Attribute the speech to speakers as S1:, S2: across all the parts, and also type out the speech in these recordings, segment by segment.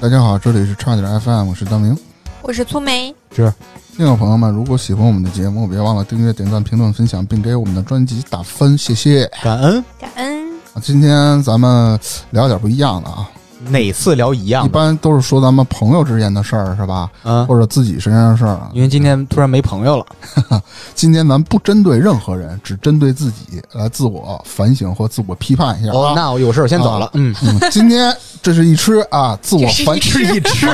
S1: 大家好，这里是差点 FM，我是张明。
S2: 我是粗梅，
S1: 听众朋友们，如果喜欢我们的节目，别忘了订阅、点赞、评论、分享，并给我们的专辑打分，谢谢。
S3: 感恩
S2: 感恩。
S1: 啊今天咱们聊点不一样的啊，
S3: 哪次聊一样
S1: 一
S3: 的？
S1: 般都是说咱们朋友之间的事儿是吧，
S3: 嗯，
S1: 或者自己身上的事儿啊。
S3: 因为今天突然没朋友了。
S1: 今天咱不针对任何人，只针对自己来自我反省或自我批判一下
S3: 哦
S1: 啊，。
S3: 那我有事儿先走了。嗯，
S1: 嗯今天这是一吃啊，自我反
S2: 这是
S1: 一吃。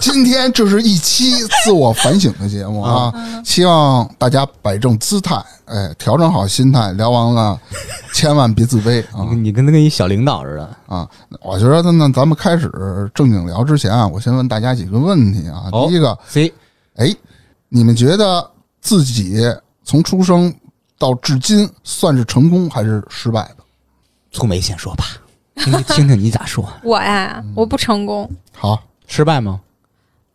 S1: 今天这是一期自我反省的节目啊，希望大家摆正姿态，哎，调整好心态。聊完了，千万别自卑啊
S3: 你跟那跟一小领导似的。
S1: 啊！我觉得那咱们开始正经聊之前啊，我先问大家几个问题啊。
S3: 哦
S1: 第一个，
S3: C，
S1: 哎，你们觉得自己从出生到至今算是成功还是失败的？
S3: 粗眉先 说吧，听听听听你咋说？
S2: 我呀，
S1: 嗯
S2: 我不成功，
S1: 好，
S3: 失败吗？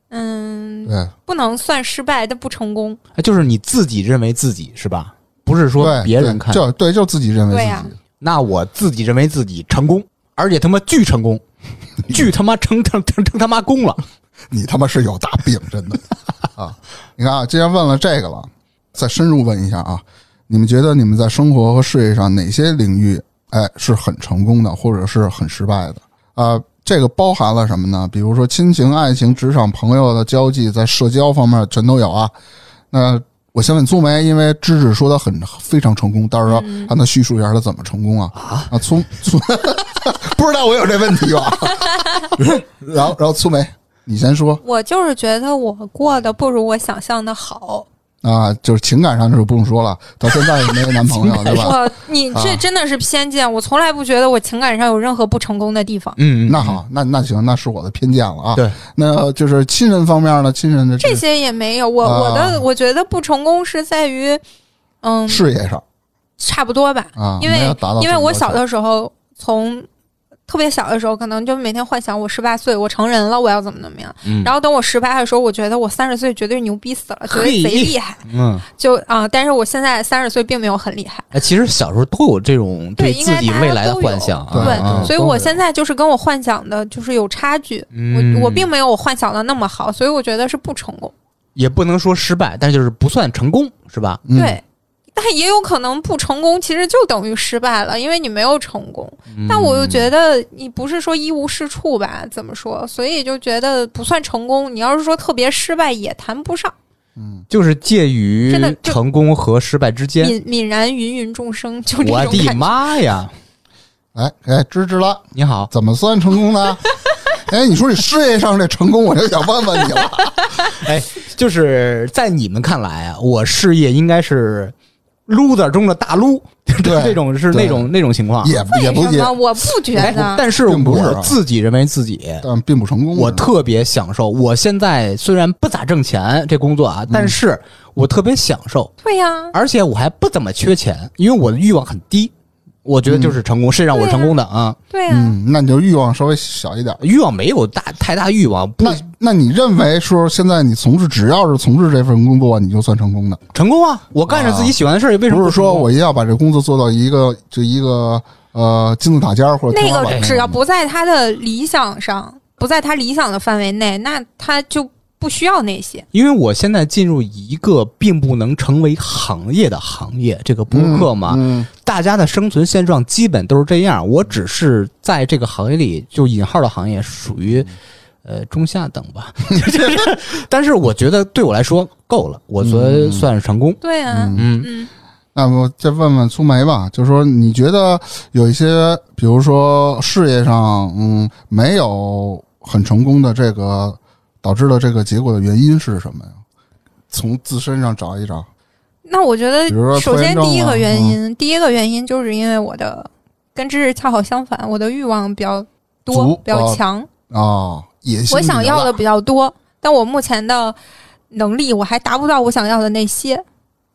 S2: 嗯，
S1: 对，
S2: 不能算失败，但不成功。
S3: 哎就是你自己认为自己是吧？不是说
S1: 对，
S3: 别
S1: 对
S3: 人看。
S1: 就对，就自己认为自
S2: 对
S1: 己。
S2: 呀
S3: 那我自己认为自己成功，而且他妈巨成 功，巨他妈成成成成他妈功了。
S1: 你他妈是有大病，真的 啊！你看啊，既然问了这个了，再深入问一下啊，你们觉得你们在生活和事业上哪些领域，哎，是很成功的，或者是很失败的啊、这个包含了什么呢？比如说亲情、爱情、职场、朋友的交际，在社交方面全都有啊。那我先问苏梅，因为芝芝说她很非常成功，到时候让她叙述一下她怎么成功啊？啊，苏苏， 不知道我有这问题吧？ 然后，然后苏梅，你先说。
S2: 我就是觉得我过得不如我想象的好。
S1: 啊，就是情感上就不用说了，到现在也没有男朋 友，
S3: 情
S1: 对
S3: 感
S1: 吧？
S2: 我，你
S1: 啊
S2: 这真的是偏见，我从来不觉得我情感上有任何不成功的地方。
S3: 嗯
S1: 那好，那那行，那是我的偏见了啊。
S3: 对，
S1: 那就是亲人方面呢，亲人的
S2: 这些也没有，我
S1: 啊
S2: 我的我觉得不成功是在于，嗯，
S1: 事业上
S2: 差不多吧，
S1: 啊，
S2: 因
S1: 没有
S2: 为
S1: 达到
S2: 因为
S1: 自己
S2: 我
S1: 要
S2: 小
S1: 求
S2: 的时候从。特别小的时候，可能就每天幻想我十八岁，我成人了，我要怎么怎么样。
S3: 嗯
S2: 然后等我十八的时候，我觉得我三十岁绝对牛逼死了，觉得
S3: 嘿
S2: 贼厉害。
S3: 嗯，
S2: 就啊、但是我现在三十岁并没有很厉害，
S3: 哎，其实小时候都有这种
S2: 对应
S3: 自
S2: 该
S3: 己
S2: 大家
S3: 未来的
S2: 都
S3: 幻
S2: 有
S3: 想啊，
S1: 对啊
S2: 所以
S3: 都
S2: 我
S3: 有
S2: 现在就是跟我幻想的，就是有差距。
S3: 嗯
S2: 我我并没有我幻想的那么好，所以我觉得是不成功。
S3: 也不能说失败，但就是不算成功，是吧？
S1: 嗯
S2: 对，但也有可能不成功，其实就等于失败了，因为你没有成功。
S3: 嗯
S2: 但我又觉得你不是说一无是处吧？怎么说？所以就觉得不算成功。你要是说特别失败，也谈不上，
S1: 嗯
S3: 就是介于
S2: 真的就
S3: 成功和失败之间。
S2: 泯泯然芸芸众生，就这种
S3: 我
S2: 感
S3: 的
S2: 觉。
S3: 妈呀！
S1: 哎哎，芝芝了，
S3: 你好，
S1: 怎么算成功呢？ 哎，你说你事业上这成功，我就想问问你 了。
S3: 哎，就是在你们看来啊，我事业应该是 loser 中的大 l
S1: 对
S3: 这种是
S1: 对
S3: 那种那种情况。
S1: 也也不
S2: 为什
S1: 也
S2: 么？，啊我不觉
S3: 哎
S2: 得。
S3: 但是
S1: 并不是嗯啊
S3: 我自己认为自己，
S1: 但并不成功。啊
S3: 我特别享受。我现在虽然不咋挣钱这工作
S1: 嗯
S3: 啊，但是我特别享受，
S2: 对呀、
S3: 而且我还不怎么缺钱，因为我的欲望很低。我觉得就是成功，是让我
S2: 对啊
S3: 成功的啊。
S2: 对呀、
S1: 嗯，那你就欲望稍微小一点。
S3: 欲望没有大太大欲望，不
S1: 那那你认为说现在你从事只要是从事这份工作，你就算成功的？
S3: 成功啊！我干着自己喜欢的事儿，为什么
S1: 不是
S3: 成
S1: 说
S3: 功
S1: 我一定要把这工作做到一个就一个呃金字塔尖儿或者
S2: 那
S1: 天花板
S2: 个
S1: 种
S2: 只要不在他的理想上，不在他理想的范围内，那他就不需要那些。
S3: 因为我现在进入一个并不能成为行业的行业，这个播客嘛，
S1: 嗯
S3: 大家的生存现状基本都是这样。我只是在这个行业里，就引号的行业属于。
S1: 嗯
S3: 呃，中下等吧， 但是我觉得对我来说够了，我觉
S1: 嗯
S3: 得算是成功。
S2: 对呀、
S3: 嗯，
S2: 嗯，
S1: 那我再问问苏梅吧，就是说你觉得有一些，比如说事业上，嗯，没有很成功的这个导致了这个结果的原因是什么呀？从自身上找一找。
S2: 那我觉得
S1: 比如说，
S2: 首先
S1: 拖延症啊
S2: 第一个原因，第一个原因就是因为我的跟知识恰好相反，我的欲望比较
S1: 足
S2: 多，比较
S1: 哦
S2: 强，
S1: 哦，野心
S2: 我想要
S1: 的
S2: 的比较多，但我目前的能力我还达不到我想要的那些。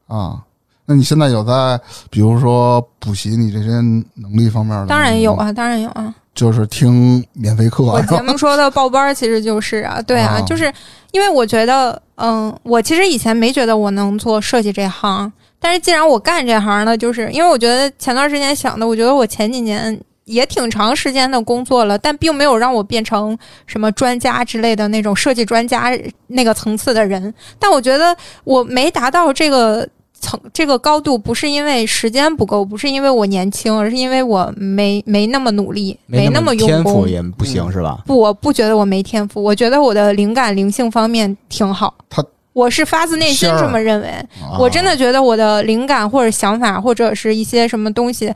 S1: 啊，那你现在有在，比如说补习你这些能力方面的？
S2: 当然有，啊，当然有啊。
S1: 就是听免费课啊
S2: 我
S1: 是
S2: 节
S1: 吧，
S2: 目说的报班儿其实就是啊，对啊，
S1: 哦
S2: 就是因为我觉得，嗯，我其实以前没觉得我能做设计这行，但是既然我干这行了，就是因为我觉得前段时间想的，我觉得我前几年。也挺长时间的工作了，但并没有让我变成什么专家之类的那种设计专家那个层次的人。但我觉得我没达到这个层这个高度，不是因为时间不够，不是因为我年轻，而是因为我没没那么努力，没
S3: 那
S2: 么用
S3: 天赋
S2: 功。
S3: 也不
S1: 嗯
S3: 行是吧？
S2: 不，我不觉得我没天赋，我觉得我的灵感灵性方面挺好。
S1: 他
S2: 我是发自内心
S1: 仙儿
S2: 这么认为。
S1: 啊
S2: 我真的觉得我的灵感或者想法或者是一些什么东西，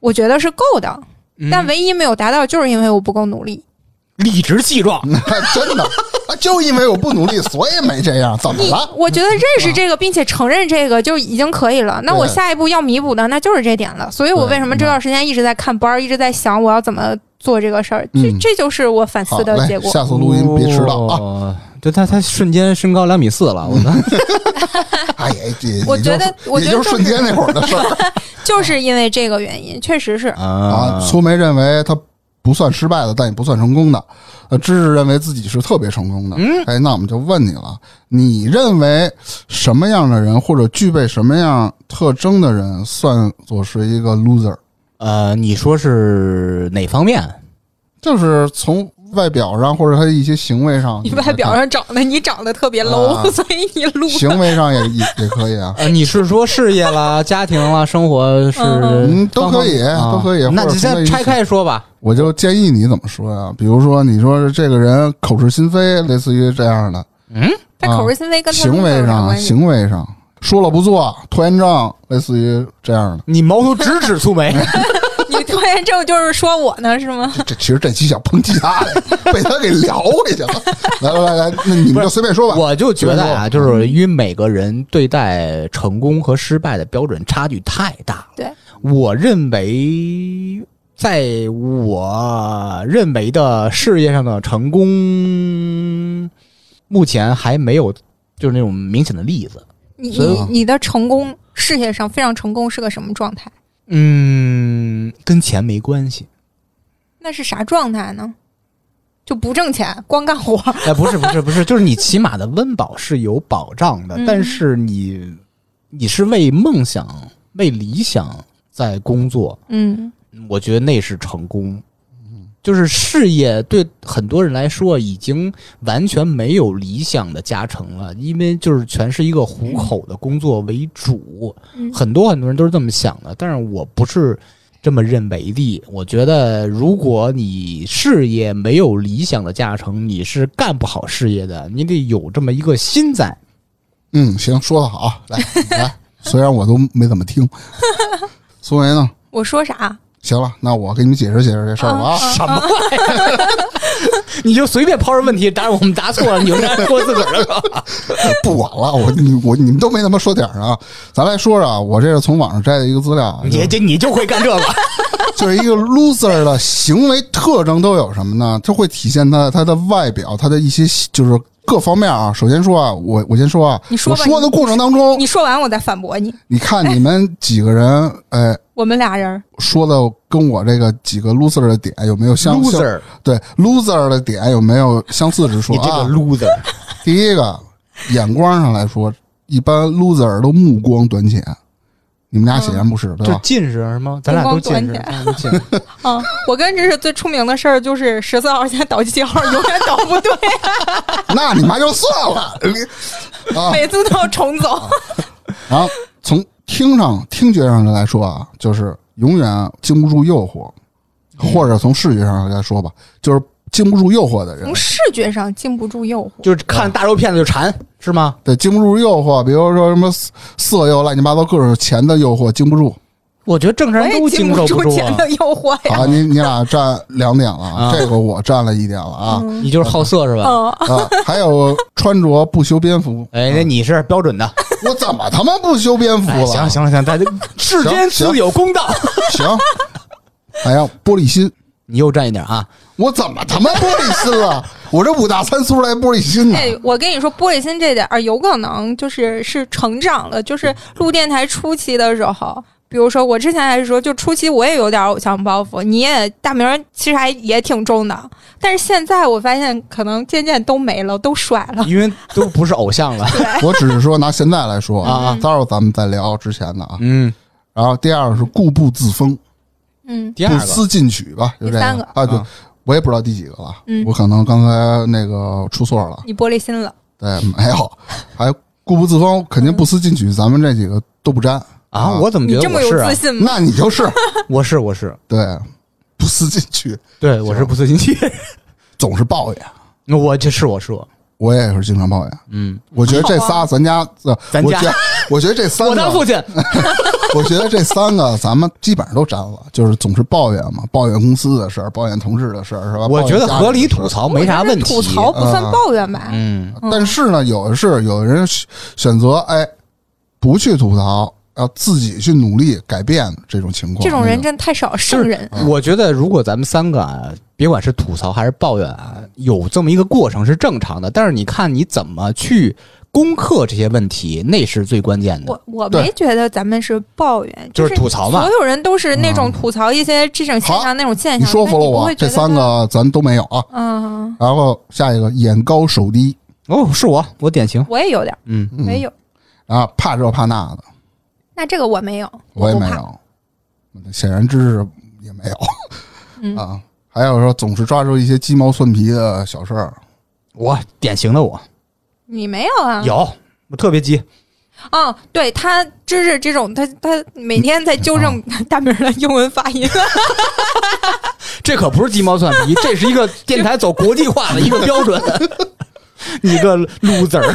S2: 我觉得是够的，
S3: 嗯
S1: 嗯
S2: 但唯一没有达到就是因为我不够努力。
S3: 理直气壮，
S1: 真的，啊就因为我不努力，所以没这样，怎么
S2: 你
S1: 了？啊
S2: 我觉得认识这个并且承认这个就已经可以了。那我
S1: 对嗯
S2: 下一步要弥补的那就是这点了。所以我为什么这段时间一直在看班儿，一直在想我要怎么做这个事儿？这
S1: 嗯
S2: 这就是我反
S1: 好，
S2: 思的
S1: 来
S2: 结果。
S1: 下次录音别迟到啊！
S3: 啊！哦就他他瞬间身高两米四了， 我们
S1: 哎呀，这
S2: 我觉得我觉
S1: 也就是
S2: 得就
S1: 瞬
S2: 是
S1: 间那会儿的事儿
S2: 就是因为这个原因，确实是。
S1: 啊。苏梅认为他不算失败的，但也不算成功的。呃，芝芝认为自己是特别成功的。嗯，哎，那我们就问你了，你认为什么样的人或者具备什么样特征的人算作是一个 loser？
S3: 呃，你说是哪方面？
S1: 就是从外表上或者他一些行为上，
S2: 你外表上长得你长得特别 low，、
S1: 啊
S2: 所以你录
S1: 行为上也也也可以啊。
S3: 呃，你是说事业 啦、家庭啦、生活是
S1: 嗯都可以
S3: 啊
S1: 都可以
S3: 那
S1: 或者
S3: 你
S1: 从那
S3: 先
S1: 一
S3: 拆
S1: 起
S3: 开说吧。
S1: 我就建议你怎么说呀？比如说，你说是这个人口是心非，类似于这样的
S3: 嗯，
S2: 他口是心非跟他
S1: 啊行为
S2: 啥
S1: 上，
S2: 关系？
S1: 行为上说了不做，拖延症，类似于这样的。
S3: 你矛头直 指苏梅，
S1: 啊
S2: 你拖延症就是说我呢是吗？
S1: 这这其实这期想抨击他的， 被他给聊回去了。来来来来，那你们就随便说吧。
S3: 我就觉得啊，
S1: 嗯
S3: 就是因为每个人对待成功和失败的标准差距太大了。
S2: 对，
S3: 我认为，在我认为的事业上的成功，目前还没有就是那种明显的例子。
S2: 你
S1: 所以
S2: 你你的成功事业上非常成功是个什么状态？
S3: 嗯，跟钱没关系。
S2: 那是啥状态呢？就不挣钱，光干活。
S3: 哎，不是不是不是，就是你起码的温饱是有保障的，
S2: 嗯
S3: 但是你你是为梦想、为理想在工作，
S2: 嗯，
S3: 我觉得那是成功。就是事业对很多人来说已经完全没有理想的加成了，因为就是全是一个糊口的工作为主，
S2: 嗯
S3: 很多很多人都是这么想的，但是我不是这么认为的。我觉得，如果你事业没有理想的加成，你是干不好事业的，你得有这么一个心在。
S1: 嗯，行，说的好，来来，虽然我都没怎么听。苏维呢？
S2: 我说啥？啊
S1: 行了，那我给你们解释解释这事儿
S2: 哦
S1: 吧。啊，
S3: 什么玩意儿？你就随便抛出问题，当然我们答错了，你就该说自个儿了。
S1: 不晚了，我你我你们都没他妈说点儿啊。咱来说说啊，我这是从网上摘的一个资料啊，就是
S3: 你这你就会干这个，
S1: 就是一个 loser 的行为特征都有什么呢？它会体现他他的外表，他的一些就是各方面啊。首先说啊，我我先说啊，
S2: 你说
S1: 我
S2: 吧
S1: 说的过程当中，你
S2: 你说完我再反驳你。
S1: 看你们几个人，哎，
S2: 我们俩人，
S1: 说的跟我这个几个 loser 的点有没有相似？
S3: loser，
S1: 对 loser 的点有没有相似之处
S3: 你这个
S1: 啊？
S3: loser，
S1: 第一个，眼光上来说，一般 loser 都目光短浅，你们俩显然不是，对
S3: 就
S1: 吧？
S3: 近视是吗？咱俩都近视，
S2: 目光短浅
S3: 咱俩都近视。
S2: 啊，我跟芝芝最出名的事儿就是十四号线倒七号，永远倒 不对，
S1: 哦
S2: 嗯
S1: 那你妈就算了，你啊，
S2: 每次都要重走。
S1: 然后从听上听觉上来说啊，就是永远经不住诱惑，或者从视觉上来说吧，就是经不住诱惑的人
S2: 从，视觉上禁不住诱惑，
S3: 就是看大肉片子就馋，是吗？
S1: 对，经不住诱惑，比如说什么色色诱、乱七八糟各种钱的诱惑，经不住
S3: 我觉得正常
S2: 我
S3: 人都
S2: 也
S3: 哎经
S2: 禁
S3: 受
S2: 住
S3: 住
S2: 钱
S3: 啊。
S2: 的诱惑呀。
S1: 啊！你你俩占两点了，
S3: 啊
S1: 啊、这个我占了一点了啊、
S3: 你就是好色是吧？
S2: 嗯，
S1: 啊！还有穿着不修边幅，
S3: 哎，那你是标准的。
S1: 我怎么他妈不修边幅啊
S3: 哎
S1: 了？
S3: 行了行了行了， 大家世间
S1: 行
S3: 自有公道。
S1: 行，还有玻璃心，
S3: 你又占一点啊！
S1: 我怎么他妈玻璃心了？我这五大三粗来玻璃心呢？
S2: 哎，我跟你说，玻璃心这点儿啊有可能就是是成长了，就是
S3: 嗯
S2: 录电台初期的时候。比如说，我之前还是说，就初期我也有点偶像包袱，你也大明儿其实还也挺重的，但是现在我发现可能渐渐都没了，都甩了。
S3: 因为都不是偶像了。
S1: 我只是说拿现在来说
S3: 啊啊
S1: 待会儿咱们再聊之前的啊。
S3: 嗯
S1: 然后第二个是固步自封，
S2: 嗯
S3: 第二
S1: 不
S3: 个，
S1: 思进取吧，就这
S2: 第三
S1: 样
S2: 个
S1: 啊。对
S3: 啊，
S1: 我也不知道第几个了
S2: 嗯，
S1: 我可能刚才那个出错了，
S2: 你玻璃心了，
S1: 对， 没有，还固步自封，肯定不思进取，咱们这几个都不沾
S3: 啊，我怎么觉
S2: 你这
S3: 得
S2: 么
S3: 我
S2: 有
S3: 是啊
S2: 自？信吗？
S1: 那你就是
S3: 我是我是，
S1: 对不思进取，
S3: 对我是不思进取，
S1: 总是抱怨，
S3: 我这是我是我，
S1: 我也是经常抱怨。
S3: 嗯，
S1: 我觉得这
S2: 好啊
S1: 仨咱家，呃
S3: 咱
S1: 我
S3: 家
S1: 觉得我觉得这三
S3: 我
S1: 个
S3: 当父亲，
S1: 我觉得这三个咱们基本上都沾了，就是总是抱怨嘛，抱怨公司的事儿，抱怨同事的事儿，是吧？
S3: 我觉得合理吐
S1: 槽。
S3: 槽没啥问题。啊
S2: 吐槽不算抱怨吧？
S3: 嗯，
S1: 但是呢，有的是有人选选择哎不去吐槽，要自己去努力改变这种情况。
S2: 这种人
S1: 那个
S3: 嗯
S2: 真太少，圣人。
S3: 我觉得如果咱们三个啊，别管是吐槽还是抱怨啊，有这么一个过程是正常的。但是你看你怎么去攻克这些问题，那是最关键的。
S2: 我我
S1: 对
S2: 没觉得咱们是抱怨，
S3: 就是
S2: 是
S3: 吐槽嘛
S2: 所有人都是那种吐槽一些这种
S1: 嗯
S2: 现
S1: 好
S2: 象、那种现象。
S1: 你说
S2: 但
S1: 服了
S2: 不
S1: 我
S2: 会，觉
S1: 这
S2: 得
S1: 三
S2: 它，
S1: 个咱都没有啊。
S2: 嗯，
S1: 然后下一个眼高手低
S3: 哦，是我，我典型。
S2: 我也有点儿，
S3: 嗯，
S2: 我也有。
S1: 啊，怕这怕那的，
S2: 那这个我没有，
S1: 我也
S2: 不
S1: 没
S2: 怕。
S1: 有，显然知识也没有
S2: 嗯
S1: 啊。还有说总是抓住一些鸡毛蒜皮的小事儿，
S3: 我典型的我
S2: 你没有啊？
S3: 有，我特别急。
S2: 哦，对他芝芝这种，他他
S1: 嗯
S2: 每天在纠正大明儿的英文发 音，
S3: 这可不是鸡毛蒜皮，这是一个电台走国际化的一个标 准。你个 loser！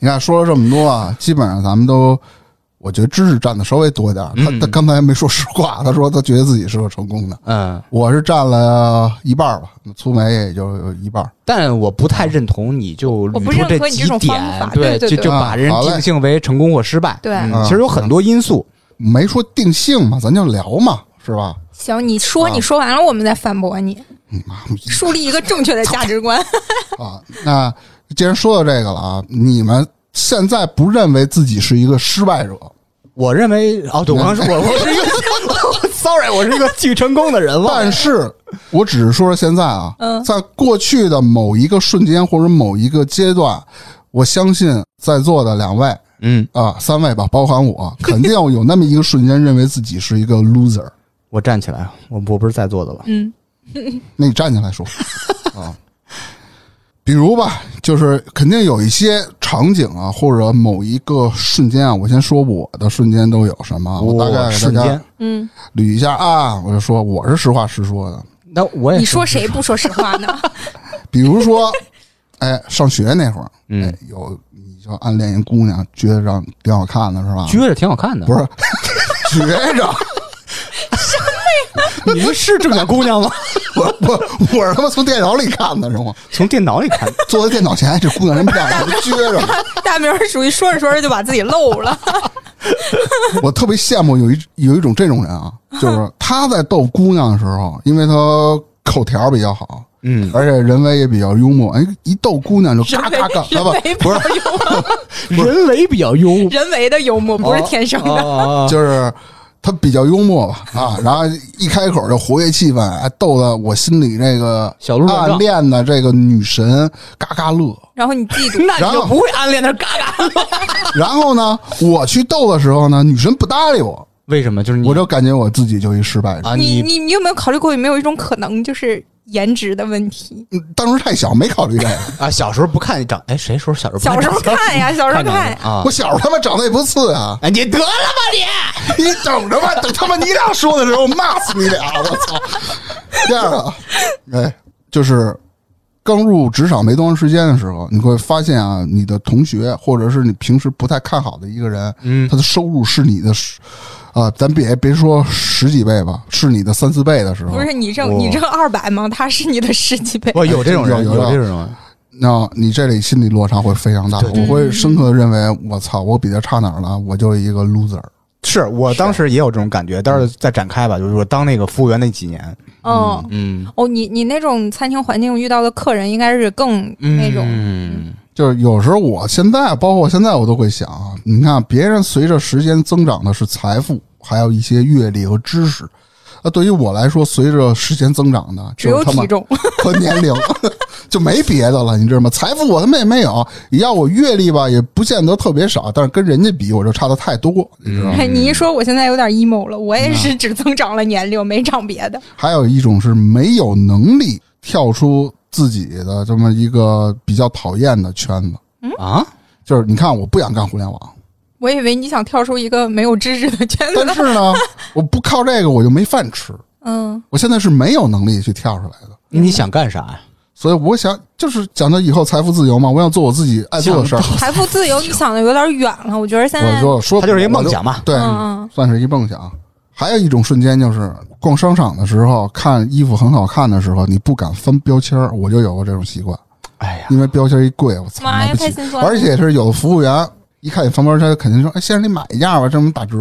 S1: 你看说了这么多啊，基本上咱们都，我觉得知识占的稍微多点儿。他
S3: 嗯
S1: 他刚才没说实话，他说他觉得自己是个成功的，
S3: 嗯，我
S1: 我是占了一半儿吧，粗眉也就一半儿。
S3: 但我不太认同你就
S2: 我不
S3: 捋出
S2: 认可你
S3: 几
S2: 这种
S3: 点
S2: 方法
S3: 对
S2: 对对
S3: 就
S2: 对
S3: 就把人
S1: 啊好嘞
S3: 定性为成功或失败。
S2: 对
S3: 嗯
S1: 啊
S3: 其实有很多因素。
S1: 没说定性嘛，咱就聊嘛，是吧？
S2: 行，你说、
S1: 啊
S2: 你说完了，我们再反驳你，
S1: 你妈
S2: 树立一个正确的价 值观。
S1: 啊！那既然说到这个了啊，你们现在不认为自己是一个失败者，
S3: 我认为哦，对我刚说，我我是一 个，sorry，我是一个巨成功的人啊了
S1: 但。是我只是说现在啊，
S2: 嗯
S1: 在过去的某一个瞬间或者某一个阶段，我相信在座的两位。
S3: 嗯，
S1: 啊，三位吧，包含我，肯定有那么一个瞬间，认为自己是一个 loser。
S3: 我站起来，我我不是在座的了。
S2: 嗯，
S1: 那你站起 来说啊，比如吧，就是肯定有一些场景啊，或者某一个瞬间啊，我先说我的瞬间都有什
S3: 啊
S1: 么，我大概给
S3: 瞬
S1: 大
S3: 间
S1: 家，
S2: 嗯，
S1: 捋一下啊，我就说我是实话实说的。
S3: 那我
S1: 哎
S3: 也
S2: 你说谁不说实话呢？
S1: 比如 说，哎，上学那会儿，
S3: 嗯
S1: 哎，有你就暗恋一姑娘，觉得让挺好看的是吧？
S3: 撅着挺好看的，
S1: 不是， 觉着。
S3: 是？你们是正经姑娘吗？
S1: 我我我是他妈从电脑里看的，是吗？
S3: 从电脑里看，
S1: 坐在电脑前，这姑娘真漂亮，我撅着。
S2: 大明儿属于说着说着就把自己露 了。
S1: 我特别羡慕有一有一种这种人啊，就是他在逗姑娘的时候，因为他口条比较好，
S3: 嗯，
S1: 而且人为也比较幽默，哎，一逗姑娘就嘎嘎嘎，
S2: 人
S1: 啊
S2: 为
S1: 不不是，
S3: 人为比较哦幽默，
S2: 人为的幽默，不是天生的。
S3: 的。
S1: 就是他比较幽默吧啊，然后一开口就活跃气氛，哎，逗得我心里这个
S3: 小鹿乱撞
S1: 暗恋的这个女神嘎嘎乐。
S2: 然后你嫉妒，
S3: 那你
S1: 然
S3: 就
S1: 后
S3: 不会暗恋那嘎嘎？
S1: 然后呢，我去逗的时候呢，女神不搭理我，
S3: 为什么？就是你
S1: 我就感觉我自己就一失败者。
S3: 啊，
S2: 你你你有没有考虑过有没有一种可能就是颜值的问题？
S1: 嗯当时太小，没考虑这个。
S3: 啊，小时候不看长，哎，谁说小时候不
S2: 小
S3: 看
S2: 时候看呀，小时候
S3: 长
S2: 看呀，
S3: 啊
S1: 我？小时候他妈长得也不次 啊！
S3: 哎，你得了吧你！
S1: 你等着吧，等他妈你俩说的时候，我骂死你 俩！我操！第二个，哎，就是刚入职场没多长时间的时候，你会发现啊，你的同学或者是你平时不太看好的一个人，
S3: 嗯
S1: 他的收入是你的十，啊、咱别别说十几倍吧，是你的三四倍的时候，
S2: 不是你挣
S3: 我
S2: 你挣二百吗？他是你的十几倍。
S3: 我有这种人，
S1: 有有
S3: 有这种人。
S1: 那你这里心理落差会非常大，
S3: 对对
S1: 我会深刻的认为，我操，我比他差哪儿了？我就是一个 loser。
S3: 是嗯我当时也有这种感觉，但是再展开吧，就是我当那个服务员那几年，
S2: 嗯，
S3: 嗯
S2: 哦，你你那种餐厅环境遇到的客人应该是更那种，
S3: 嗯，
S1: 就是有时候我现在，包括我现在，我都会想啊，你看别人随着时间增长的是财富，还有一些阅历和知识，那对于我来说，随着时间增长的
S2: 只
S1: 就
S2: 有
S1: 是他
S2: 体
S1: 们
S2: 重。
S1: 和年龄。 就没别的了，你知道吗？财富我他妈也没有，你要我阅历吧，也不见得特别少，但是跟人家比，我就差的太多，你知道吗？
S2: 你一说，我现在有点 emo 了。我
S1: 嗯
S2: 也是只增长了年龄，没长别的。
S1: 还有一种是没有能力跳出自己的这么一个比较讨厌的圈子，
S3: 啊，
S1: 就是你看我不想干互联网，
S2: 我以为你想跳出一个没有知识的 圈
S1: 但
S2: 子。
S1: 是呢，我不靠这个我就没饭吃，
S2: 嗯，
S1: 我现在是没有能力去跳出来的。
S3: 你想干啥呀？
S1: 所以我想，就是讲到以后财富自由嘛，我想做我自己爱做的事儿。
S2: 财富自由，你想的有点远了。我觉得现
S1: 我
S2: 在，
S1: 说说，
S3: 它就是一个梦想嘛
S1: 我就对，
S2: 嗯嗯
S1: 算是一梦想。还有一种瞬间就是逛商场的时候，看衣服很好看的时候，你不敢翻标签儿，我就有过这种习惯，
S3: 哎呀，
S1: 因为标签儿一贵，我操，
S2: 妈
S1: 买
S2: 呀，
S1: 不
S2: 太
S1: 起。
S2: 心酸 了。
S1: 而且是有的服务员一看你翻标签儿，肯定说：“哎，先生，你买一件吧，这么打折。”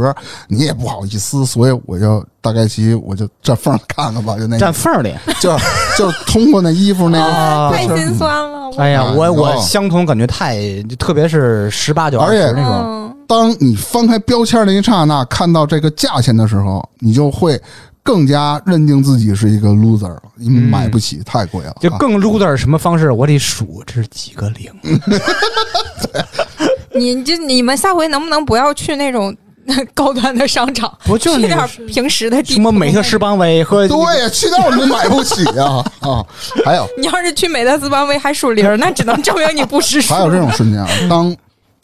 S1: 你也不好意思，所以我就大概其我就站缝儿看看吧，就 那
S3: 占
S1: 个，
S3: 缝儿里。
S1: 就是就是通过那衣服那个
S3: 啊
S2: 太心酸了。我
S3: 哎呀，
S1: 啊
S3: 我
S1: 有
S3: 我相同感觉太，特别是十八九
S1: 而
S3: 二
S1: 且
S3: 十那种，
S2: 嗯，
S1: 当你翻开标签的一刹那，看到这个价钱的时候，你就会更加认定自己是一个 loser 了，你买不起，太贵了。
S3: 就
S1: 啊
S3: 更 loser 什么方式？我得数这是几个零，
S2: 嗯你就你们下回能不能不要去那种 高端的商场，
S3: 不就是
S2: 去
S3: 那
S2: 点
S3: 个
S2: 儿平时的地
S3: 什么美特斯邦威和
S1: 对呀，去那儿我们都买不起呀啊！ 还有
S2: 你要是去美特斯邦威还数零，那只能证明你不 识数。
S1: 还有这种瞬间啊，当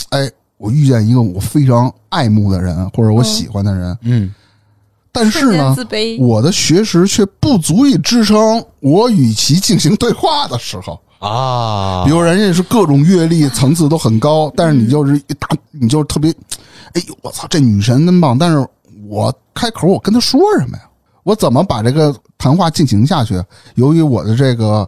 S1: 哎我遇见一个我非常爱慕的人或者我喜欢的人，
S3: 嗯，
S1: 但
S2: 瞬
S1: 是
S2: 间
S1: 呢
S2: 自，卑。
S1: 我的学识却不足以支撑我与其进行对话的时候。
S3: 啊
S1: 比，如人家是各种阅历层次都很高，但是你就是一大，你就特别，哎呦，我操，这女神真棒！但是我开口，我跟她说什么呀？我怎么把这个谈话进行下去？由于我的这个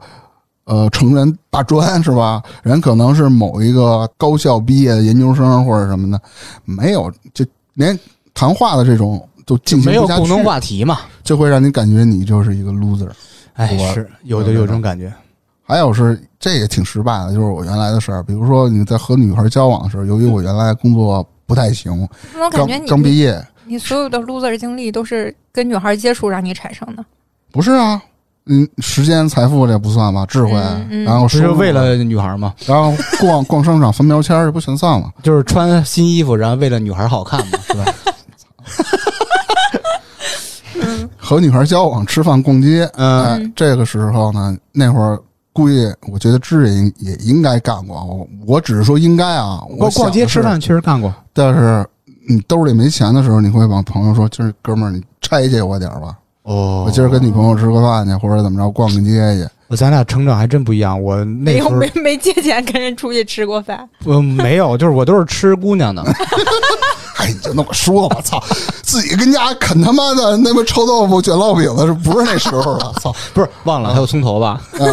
S1: 呃成人大专是吧，人可能是某一个高校毕业的研究生或者什么的，没有就连谈话的这种都进行
S3: 没有
S1: 不下
S3: 共同
S1: 去，
S3: 话题嘛？
S1: 就会让你感觉你就是一个 loser。
S3: 哎，
S1: 我
S3: 是有的有这种感觉，
S1: 还有是这也挺失败的，就是我原来的事儿，比如说你在和女孩交往的时候，由于我原来工作不太行，
S2: 我感
S1: 刚
S2: 觉你
S1: 刚毕业，
S2: 你所有的 loser 经历都是跟女孩接触让你产生的。
S1: 不是啊，嗯，时间、财富这不算吧，智慧，
S2: 嗯嗯
S1: 然后
S3: 不
S1: 收
S3: 是
S1: 入啊
S3: 为，了女孩嘛？
S1: 然后逛逛商场翻标签儿，这不全算吗？
S3: 就是穿新衣服，然后为了女孩好看嘛，是吧？
S1: 和女孩交往、吃饭、逛街，
S3: 嗯
S1: 哎，这个时候呢，那会儿。估计我觉得知也也应该干过，我我只是说应该啊。我
S3: 逛逛
S1: 想的
S3: 街
S1: 是
S3: 吃饭确实干过，
S1: 但是你兜里没钱的时候，你会往朋友说：“今儿哥们儿，你拆借我点儿吧。”
S3: 哦
S1: 我今儿跟女朋友吃个饭去，或者怎么着逛个街去。
S3: 我咱俩成长还真不一样，我
S2: 没
S3: 那时
S2: 有
S3: 候
S2: 没没借钱跟人出去吃过饭，
S3: 嗯没有，就是我都是吃 姑娘的，
S1: 哎，你就那么说吧，操！自己跟家啃他妈的那么臭豆腐、卷烙饼的，是不是那时候了？操！
S3: 不是忘了还有葱头吧？
S1: 啊，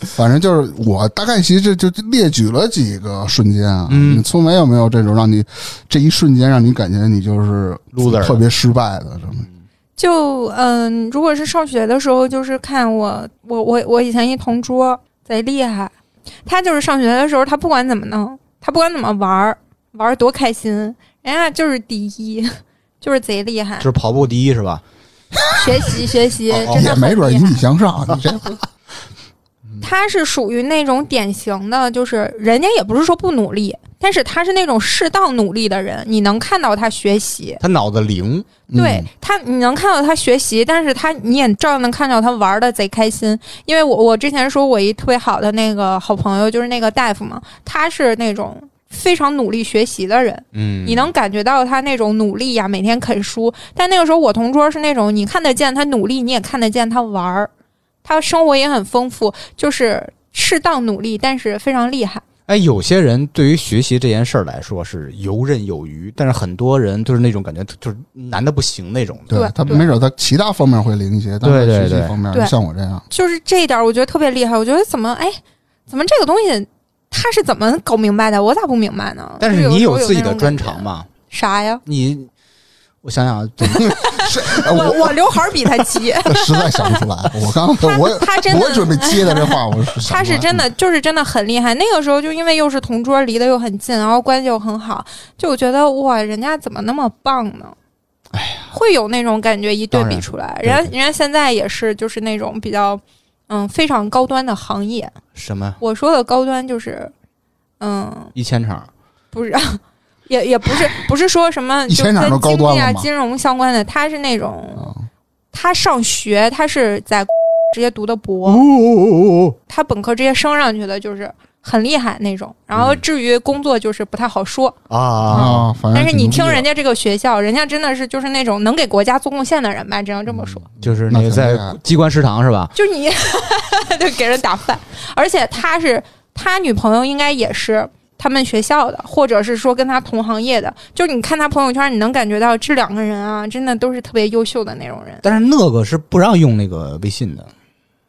S1: 反正就是我大概其实就就列举了几个瞬间啊。
S3: 嗯
S1: 你聪梅有没有这种让你这一瞬间让你感觉你就是
S3: Loser
S1: 特别失败的什么？
S2: 就嗯，如果是上学的时候，就是看我我我我以前一同桌贼厉害，他就是上学的时候，他不管怎么弄，他不管怎么玩儿，玩儿多开心，人家就是第一， 就是贼厉害
S3: 就，是跑步第一是吧？
S2: 学习学习
S3: 哦哦
S2: 真的
S1: 也
S2: 很
S1: 没准
S2: 厉
S1: 引
S2: 害
S1: 体向上，你这
S2: 他是属于那种典型的，就是人家也不是说不努力，但是他是那种适当努力的人，你能看到他学习，
S3: 他脑子灵，
S1: 嗯
S2: 对他，你能看到他学习，但是他你也照样能看到他玩的贼开心。因为我我之前说我一特别好的那个好朋友就是那个大夫嘛，他是那种非常努力学习的人，
S3: 嗯
S2: 你能感觉到他那种努力呀、每天啃书。但那个时候我同桌是那种你看得见他努力，你也看得见他玩儿，他生活也很丰富，就是适当努力，但是非常厉害。
S3: 哎，有些人对于学习这件事儿来说是游刃有余，但是很多人就是那种感觉就是难的不行那种
S1: 对
S3: 的。
S2: 对
S1: 他
S2: 对
S1: 没准在其他方面会灵一些，但是在
S3: 对
S1: 学
S3: 对
S1: 习
S3: 对
S1: 方面
S2: 对
S1: 像我这样，
S2: 就是这一点，我觉得特别厉害。我觉得怎么哎，怎么这个东西他是怎么搞明白的？我咋不明白呢？
S3: 但
S2: 就是
S3: 你
S2: 有时候
S3: 自己
S2: 那
S3: 的
S2: 种
S3: 专
S2: 感觉
S3: 长？嘛？
S2: 啥 呀？
S3: 你，我想想啊，怎么
S1: 哎
S2: 我我刘海儿比他齐。
S1: 实在想不出 来。我刚刚我
S2: 他真的
S1: 我准备接的这话，我是想不
S2: 他
S1: 出来
S2: 是真的，就是真的很厉害。那个时候就因为又是同桌，离得又很近，然后关系又很好，就我觉得哇，人家怎么那么棒呢？哎呀，会有那种感觉，一对
S3: 当
S2: 比
S3: 然
S2: 出来，
S3: 对
S2: 人家
S3: 对
S2: 人家现在也是，就是那种比较，嗯非常高端的行业。
S3: 什么
S2: 我说的高端就是，嗯，
S3: 一千场？
S2: 不是， 也也不是，不是说什么
S1: 一
S2: 就
S1: 千
S2: 跟
S1: 点都高
S2: 经
S1: 端
S2: 济
S1: 了
S2: 啊、
S1: 嘛
S2: 金融相关的，他是那种
S1: 啊，
S2: 他上学，他是在直接读的博，
S3: 嗯哦
S2: 他本科直接升上去的，就是很厉害那种。然后
S3: 嗯
S2: 至于工作，就是不太好说。
S3: 啊！
S1: 啊，反正
S2: 但是你
S1: 挺
S2: 听
S1: 牛逼
S2: 人家这个学校，人家真的是就是那种能给国家做贡献的人吧，只能这
S1: 嗯
S2: 么说。
S3: 就是
S1: 那
S3: 那
S1: 挺
S3: 个
S1: 厉
S3: 在
S1: 害
S3: 机关食堂是吧？
S2: 就你 就给人打饭，而且他是他女朋友应该也是他们学校的，或者是说跟他同行业的。就是你看他朋友圈，你能感觉到这两个人啊，真的都是特别优秀的那种人。
S3: 但是那个是不让用那个微信的，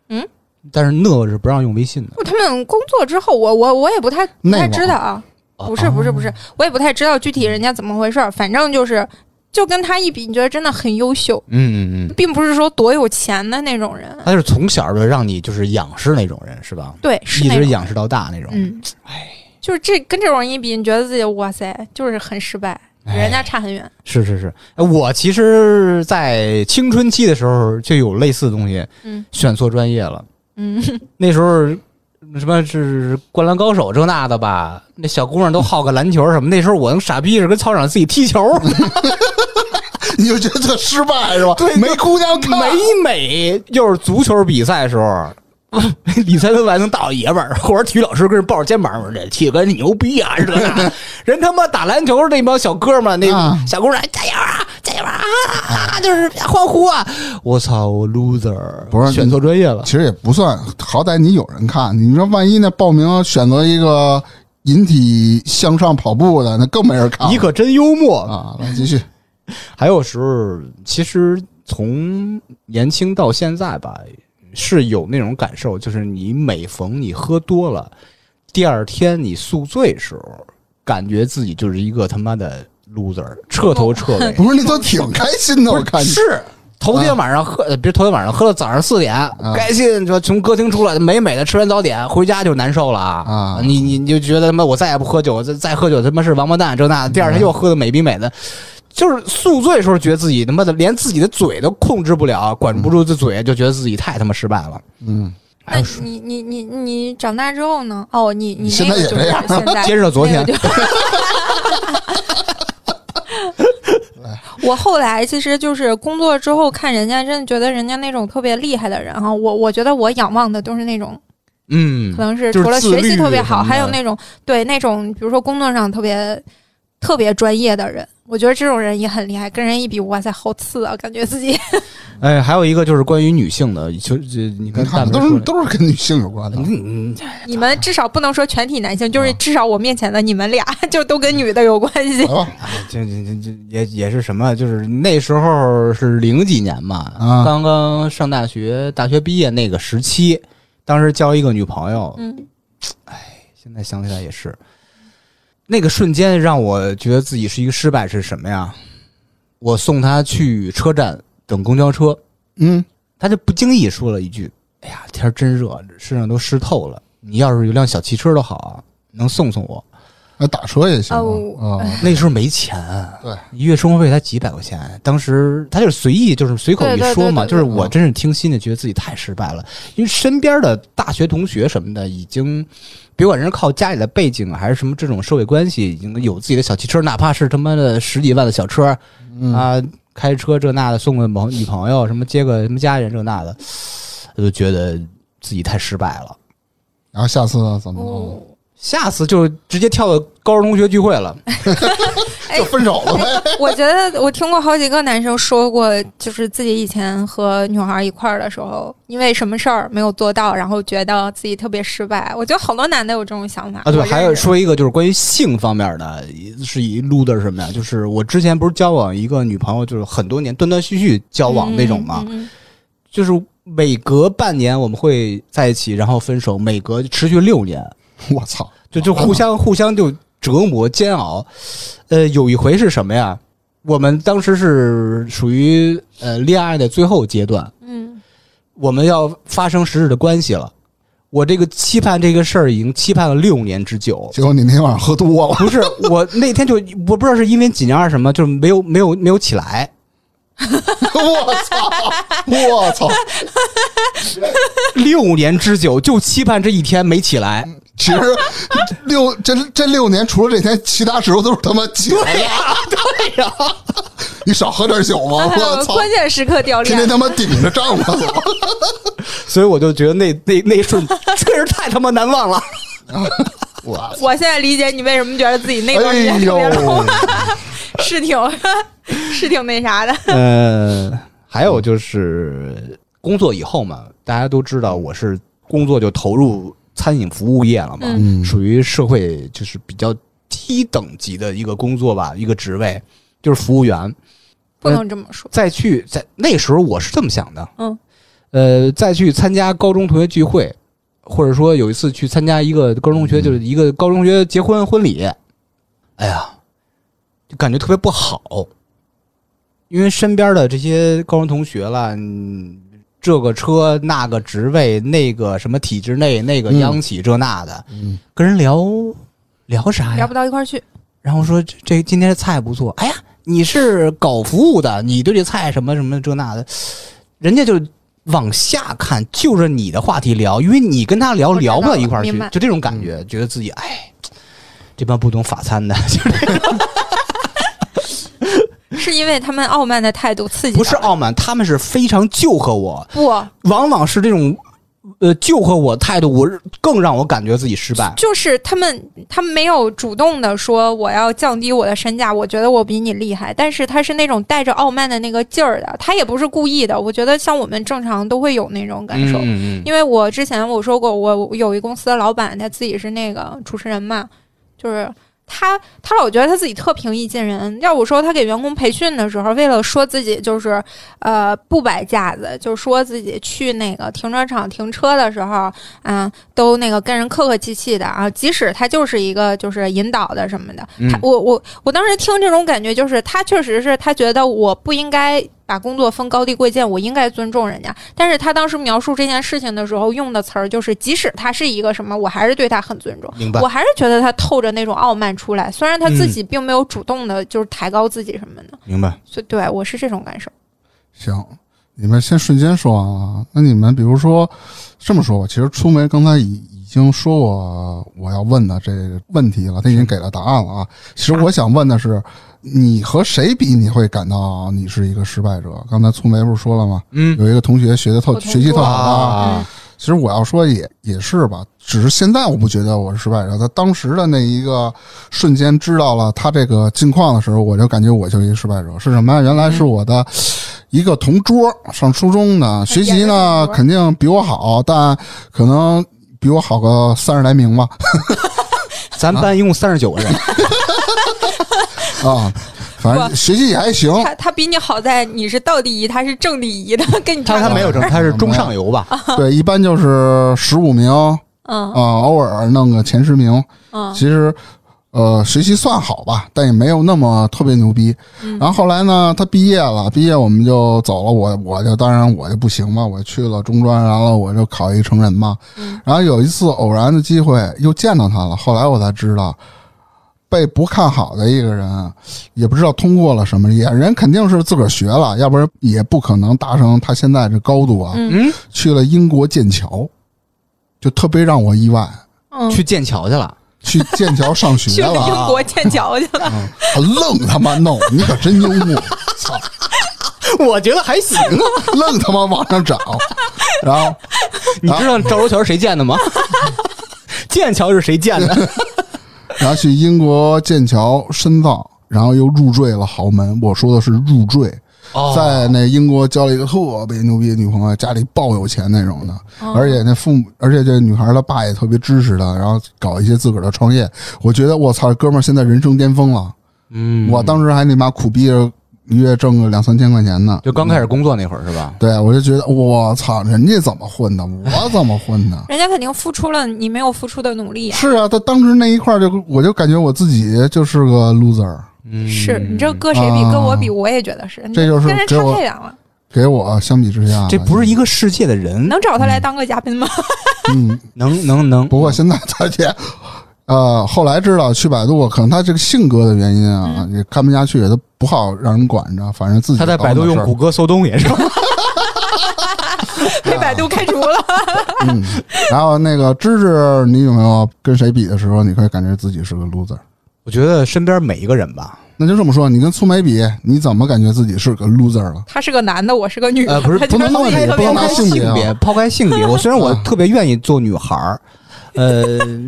S2: 嗯，
S3: 但是那个是不让用微信的。
S2: 他们工作之后，我我我也不太不
S1: 内
S2: 太
S1: 网
S2: 知道啊，
S3: 哦
S2: 不是不是不是，我也不太知道具体人家怎么回事儿。反正就是，就跟他一比，你觉得真的很优秀，
S3: 嗯嗯嗯，
S2: 并不是说多有钱的那种人。
S3: 他就是从小就让你就是仰视那种人是吧？
S2: 对，是
S3: 一
S2: 那
S3: 直
S2: 种
S3: 仰视到大那种。哎
S2: 嗯，就是这跟这种人一比，你觉得自己哇塞，就是很失败，比
S3: 哎
S2: 人家差很远。
S3: 是是是，哎我其实，在青春期的时候就有类似的东西，
S2: 嗯，
S3: 选错专业了。
S2: 嗯，
S3: 那时候什么是《灌篮高手》这那的吧，那小姑娘都好个篮球什么。那时候我能傻逼是跟操场自己踢球，
S1: 你就觉得失败是吧？
S3: 对
S1: 没姑娘看，
S3: 每每就是足球比赛的时候。 李才文还能大老爷们儿，或者体育老师跟人抱着肩膀说：“这体育哥你牛逼啊！”这 那人他妈打篮球那帮小哥们儿，那
S1: 啊
S3: 小姑娘哎加油啊，加油啊啊啊，就是欢呼啊！我操，我 loser，
S1: 不是
S3: 选错专业了
S1: 其实也不算，好歹你有人看。你说万一那报名选择一个引体向上跑步的，那更没人看了
S3: 你可真幽默
S1: 啊！来继续，
S3: 还有时候，其实从年轻到现在吧，是有那种感受，就是你每逢你喝多了，第二天你宿醉时候，感觉自己就是一个他妈的 loser，彻头 彻尾。
S1: 不是你都挺开心 的，我看啊你
S3: 是头天晚上喝，呃别、头天晚上喝到早上四点，
S1: 啊
S3: 开心说从歌厅出来，美美的吃完早点回家就难受了
S1: 啊
S3: 你你你就觉得他妈我再也不喝酒，再再喝酒他妈是王八蛋这那
S1: 嗯
S3: 的，第二天又喝的美逼美的。就是宿醉的时候，觉得自己他妈的连自己的嘴都控制不了，管不住自嘴，就觉得自己太他妈失败了。
S1: 嗯，
S3: 哎
S2: 那你你你你长大之后呢？哦，你你
S1: 现
S2: 那
S1: 在也
S2: 个就是
S1: 这样
S2: 现在
S3: 哎接着昨天
S2: 那个 就我后来其实就是工作之后看人家，真的觉得人家那种特别厉害的人哈，我我觉得我仰望的都是那种，
S3: 嗯
S2: 可，能是
S3: 就是
S2: 除了
S3: 自律
S2: 学习特别
S3: 什
S2: 好，
S3: 么
S2: 还有
S3: 的
S2: 那种对那种比如说工作上特别特别专业的人，我觉得这种人也很厉害，跟人一比，哇塞，好次啊，感觉自己
S3: 哎，还有一个就是关于女性的，就就你
S1: 你
S3: 跟大
S1: 看
S3: 明
S1: 都
S3: 说
S1: 是
S3: 的，
S1: 都是跟女性有关的。
S3: 嗯，嗯
S2: 你们至少不能说全体男性，就是至少我面前的你们俩 就都跟女的有关系
S1: 来。吧，
S3: 哎， 这这这这也也是什么？就是那时候是零几年嘛，
S1: 啊
S3: 刚刚上大学，大学毕业那个时期，当时交一个女朋友，
S2: 嗯，
S3: 现在想起来也是，那个瞬间让我觉得自己是一个失败是什么呀？我送她去车站等公交车，
S1: 嗯，
S3: 她就不经意说了一句：“哎呀，天儿真热，身上都湿透了。你要是有辆小汽车多好啊，能送送我。”
S1: 那哎打车也行
S2: 哦
S1: 啊。啊
S3: 那时候没钱，
S1: 对，
S3: 一月生活费才几百块钱。当时他就是随意，就是随口一说
S2: 对对对对
S3: 嘛，
S2: 对
S3: 就是我真是听心里觉得自己太失败了，因为身边的大学同学什么的已经，别管是靠家里的背景还是什么这种社会关系，已经有自己的小汽车，哪怕是他妈的十几万的小车啊，开车这那的送个某女朋友，什么接个什么家人这那的，我就觉得自己太失败了。
S1: 然后下次呢怎么
S2: 哦
S3: 哦
S1: 弄？
S3: 下次就直接跳到高中同学聚会了，
S2: 哎
S1: 就分手了 呗。
S2: 我觉得我听过好几个男生说过，就是自己以前和女孩一块儿的时候，因为什么事儿没有做到，然后觉得自己特别失败。我觉得好多男的有这种想法
S3: 啊，对，
S2: 我认识
S3: 还有说一个就是关于性方面的，是一撸的是什么呀？就是我之前不是交往一个女朋友，就是很多年断断续续交往那种嘛，
S2: 嗯嗯嗯
S3: 就是每隔半年我们会在一起，然后分手，每隔持续六年，
S1: 我操，
S3: 就就互相互相就折磨煎熬。呃，有一回是什么呀？我们当时是属于呃恋爱的最后阶段，
S2: 嗯
S3: 我们要发生实质的关系了。我这个期盼这个事儿已经期盼了六年之久，
S1: 结果你那天晚上喝多了，
S3: 不 是，我那天就我不知道是因为紧张还是什么，就是没有没有没有起来。
S1: 我操，我操，
S3: 六年之久，就期盼这一天没起来。
S1: 其实六这这六年，除了这天，其他时候都是他妈起来的。
S3: 对呀、
S1: 你少喝点酒
S2: 嗯
S1: 吧，我操！
S2: 哎关键时刻掉
S1: 天天
S2: 链子。
S1: 他妈顶着丈夫走。
S3: 所以我就觉得那那那一 瞬确实太他妈难忘了。
S1: 我
S2: 我现在理解你为什么觉得自己 那段时
S1: 哎
S2: 间特
S1: 呦
S2: 别 low，是挺 是挺那啥的。
S3: 呃，还有就是工作以后嘛，大家都知道我是工作就投入餐饮服务业了嘛，
S1: 嗯
S3: 属于社会就是比较低等级的一个工作吧，一个职位就是服务员。
S2: 不
S3: 哎
S2: 能这么说，
S3: 再去在那时候我是这么想的，
S2: 嗯，
S3: 呃，再去参加高中同学聚会，或者说有一次去参加一个高中
S2: 嗯
S3: 同学，就是一个高中同学结婚婚礼，哎呀，就感觉特别不好，因为身边的这些高中同学啦，嗯这个车那个职位，那个什么体制内，那个
S1: 嗯
S3: 央企这那的，
S1: 嗯
S3: 跟人聊聊啥
S2: 聊
S3: 哎呀
S2: 不？到一块儿去。
S3: 然后说这这今天这菜不错，哎呀，你是搞服务的，你对这菜什么什么这那的，人家就往下看，就着你的话题聊，因为你跟他聊
S2: 我知道
S3: 聊不到一块儿去
S2: 明白，
S3: 就这种感觉，觉得自己哎，这帮不懂法餐的， 就是哎
S2: 是因为他们傲慢的态度刺激到
S3: 不是傲慢，他们是非常救和我，
S2: 不
S3: 往往是这种呃救和我态度，我更让我感觉自己失败。
S2: 就是他们，他们没有主动的说我要降低我的身价，我觉得我比你厉害，但是他是那种带着傲慢的那个劲儿的，他也不是故意的。我觉得像我们正常都会有那种感受，
S3: 嗯嗯
S2: 因为我之前我说过，我我有一公司的老板，他自己是那个主持人嘛，就是他他老觉得他自己特平易近人。要我说，他给员工培训的时候，为了说自己就是呃不摆架子，就说自己去那个停车场停车的时候，啊、都那个跟人客客气气的啊，即使他就是一个就是引导的什么的，
S3: 嗯
S2: 他我我我当时听这种感觉，就是他确实是他觉得我不应该把工作分高低贵贱，我应该尊重人家。但是他当时描述这件事情的时候用的词儿就是，即使他是一个什么，我还是对他很尊重。
S3: 明白
S2: 我还是觉得他透着那种傲慢出来，虽然他自己并没有主动的，就是抬高自己什么的。
S3: 明白。
S2: 所以对我是这种感受。
S1: 行，你们先瞬间说完了。那你们比如说这么说吧，其实春梅刚才已已经说我我要问的这个问题了，她已经给了答案了啊。其实我想问的是，你和谁比你会感到你是一个失败者？刚才粗梅不是说了吗？
S3: 嗯
S1: 有一个同学学的特
S2: 我同桌
S1: 学习特好的啊，
S3: 啊，
S1: 其实我要说也也是吧，只是现在我不觉得我是失败者。在当时的那一个瞬间知道了他这个境况的时候，我就感觉我就是一失败者。是什么呀？原来是我的一个同桌，上初中呢，学习呢
S2: 同桌
S1: 肯定比我好，但可能比我好个三十来名吧。
S3: 咱班一共三十九个人，
S1: 啊，反正学习也还
S3: 哦
S1: 行。
S2: 他他比你好在你是倒第一，他是正第一的，跟你
S3: 他
S2: 差
S3: 他
S2: 不多
S3: 没有正，他是中上游吧？
S1: 对，一般就是十五名啊、
S2: 嗯
S1: 偶尔弄个前十名。
S2: 嗯
S1: 其实，呃，学习算好吧，但也没有那么特别牛逼。然后后来呢，他毕业了，毕业我们就走了。我我就当然我就不行嘛，我去了中专，然后我就考一成人嘛。然后有一次偶然的机会又见到他了，后来我才知道。被不看好的一个人，也不知道通过了什么，也人肯定是自个儿学了，要不然也不可能达成他现在这高度啊。
S3: 嗯，
S1: 去了英国剑桥，就特别让我意外，
S2: 嗯，
S3: 去剑桥去了。
S1: 去剑桥上学
S2: 去
S1: 了啊。
S2: 英 国剑桥去了。
S1: 还愣他妈弄，你可真幽默，操，
S3: 我觉得还行啊。
S1: 愣他妈往上涨。然后
S3: 你知道赵州桥是谁建的 吗？剑桥是谁建的？
S1: 然后去英国剑桥深造，然后又入赘了豪门。我说的是入赘，
S3: 哦
S1: 在那英国交了一个特别牛逼的女朋友，家里爆有钱那种的，而且那父母，而且这女孩她爸也特别支持她，然后搞一些自个儿的创业。我觉得我操，哥们儿现在人生巅峰了。
S3: 嗯
S1: 我当时还你妈苦逼着一月挣个两三千块钱呢。
S3: 就刚开始工作那会儿是吧？
S1: 对，我就觉得我操，人家怎么混的，我怎么混 的？
S2: 人家肯定付出了你没有付出的努力、啊，
S1: 是啊，他当时那一块儿就我就感觉我自己就是个 loser，
S3: 嗯
S2: 是你这搁谁比
S1: 啊
S2: 跟我比，我也觉得是，
S1: 这就是
S2: 跟人
S1: 给
S2: 差
S1: 我
S2: 太远了。
S1: 给我相比之下，
S3: 这不是一个世界的人，
S2: 能找他来当个嘉宾吗？
S1: 嗯，
S3: 能能能
S1: 不过现在他也。呃，后来知道去百度，可能他这个性格的原因啊，也看不下去，他不好让人管着，反正自己
S3: 他在百度用
S1: 搞
S3: 谷歌搜东西是吧？
S1: 嗯
S2: 被百度开除了，
S1: 那事儿嗯，然后那个芝芝，你有没有跟谁比的时候，你会感觉自己是个 loser？
S3: 我觉得身边每一个人吧，
S1: 那就这么说，你跟粗眉比，你怎么感觉自己是个 loser 了？
S2: 他是个男的，我是个女的，
S3: 呃，不是
S2: 他
S1: 不能
S2: 就
S1: 弄
S2: 是特别
S1: 你
S2: 特
S1: 不
S2: 别
S1: 能
S3: 抛
S1: 拿
S3: 开
S1: 性别啊
S3: 性别， 嗯抛开性别，我虽然我特别愿意做女孩儿， 呃，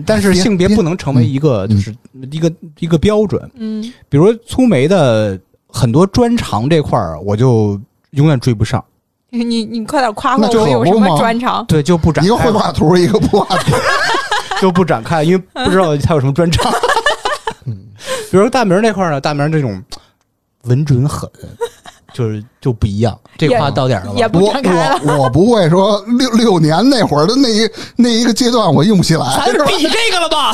S3: 但是
S1: 别
S3: 性别
S1: 别
S3: 不能成为一个
S1: 嗯
S3: 就是一个一个标准。
S2: 嗯
S3: 比如粗眉的很多专长这块儿，我就永远追不上，
S2: 你你快点夸
S1: 那
S2: 夸
S1: 就
S2: 我有什
S1: 我嘛
S2: 么专长？
S3: 对，就不展
S1: 一
S3: 开
S1: 个会
S3: 了，
S1: 画图，一个不画图。
S3: 就不展开，因为不知道他有什么专 长。嗯 比如大明那块儿呢，大明这种文准狠，就是就不一样，这个
S2: 也
S3: 话到点儿了吧
S2: 也？
S1: 我
S2: 不展开了，
S1: 我我不会说六六年那会儿的那一那一个阶段，我用不起来，是吧？
S3: 比这个了吧？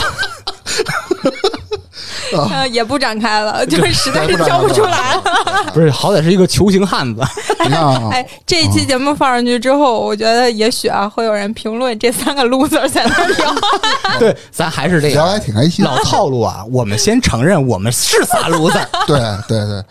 S1: 啊
S2: 呃也不展开 了，就是实在 是教不出来了。
S3: 不是，好歹是一个球形汉子。
S1: 你看啊，
S2: 哎，这一期节目放上去之后，我觉得也许啊会有人评论这三个 loser 在那聊，
S3: 对，咱还是这
S1: 聊得还
S3: 样。
S1: 挺开心。
S3: 老套路啊，我们先承认我们是仨炉 子，
S1: 对对对，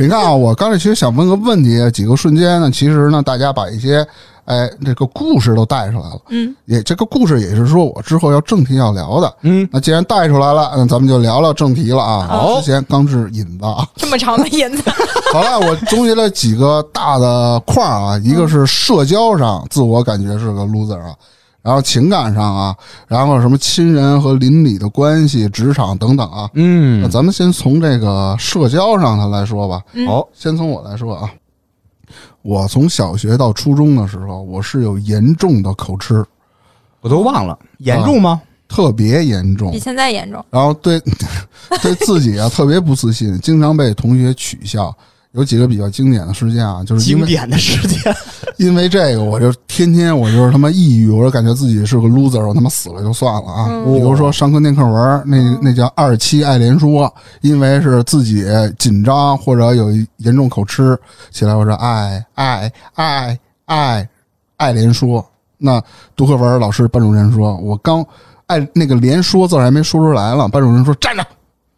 S1: 你看啊，我刚才其实想问个问题，几个瞬间呢，其实呢，大家把一些哎这个故事都带出来了，
S2: 嗯，
S1: 也这个故事也是说我之后要正题要聊的，
S3: 嗯，
S1: 那既然带出来了，嗯，咱们就聊聊正题了啊。
S3: 好
S1: 之前刚是引子啊，
S2: 这么长的引子，
S1: 好了，我总结了几个大的块儿啊，一个是社交上自我感觉是个 loser 啊，然后情感上啊，然后什么亲人和邻里的关系、职场等等啊。那
S3: 嗯，
S1: 咱们先从这个社交上头来说吧。
S3: 好，
S1: 先从我来说啊，我从小学到初中的时候，我是有严重的口吃，
S3: 我都忘了，啊严重吗？
S1: 特别严重
S2: 比，现在严重。
S1: 然后对 对自己啊特别不自信，经常被同学取笑。有几个比较经典的事件啊，就是因
S3: 经
S1: 为
S3: 典的事件，
S1: 因为这个，我就天天我就是他妈抑郁，我就感觉自己是个 loser，我他妈死了就算了啊。
S2: 嗯
S1: 比如说上课念课文儿，那那叫二七爱莲说，因为是自己紧张或者有严重口吃起来，我哎说爱爱爱爱爱莲哎说。那读课文儿老师班主任说，我刚爱那个连说字儿还没说出来了，班主任说站着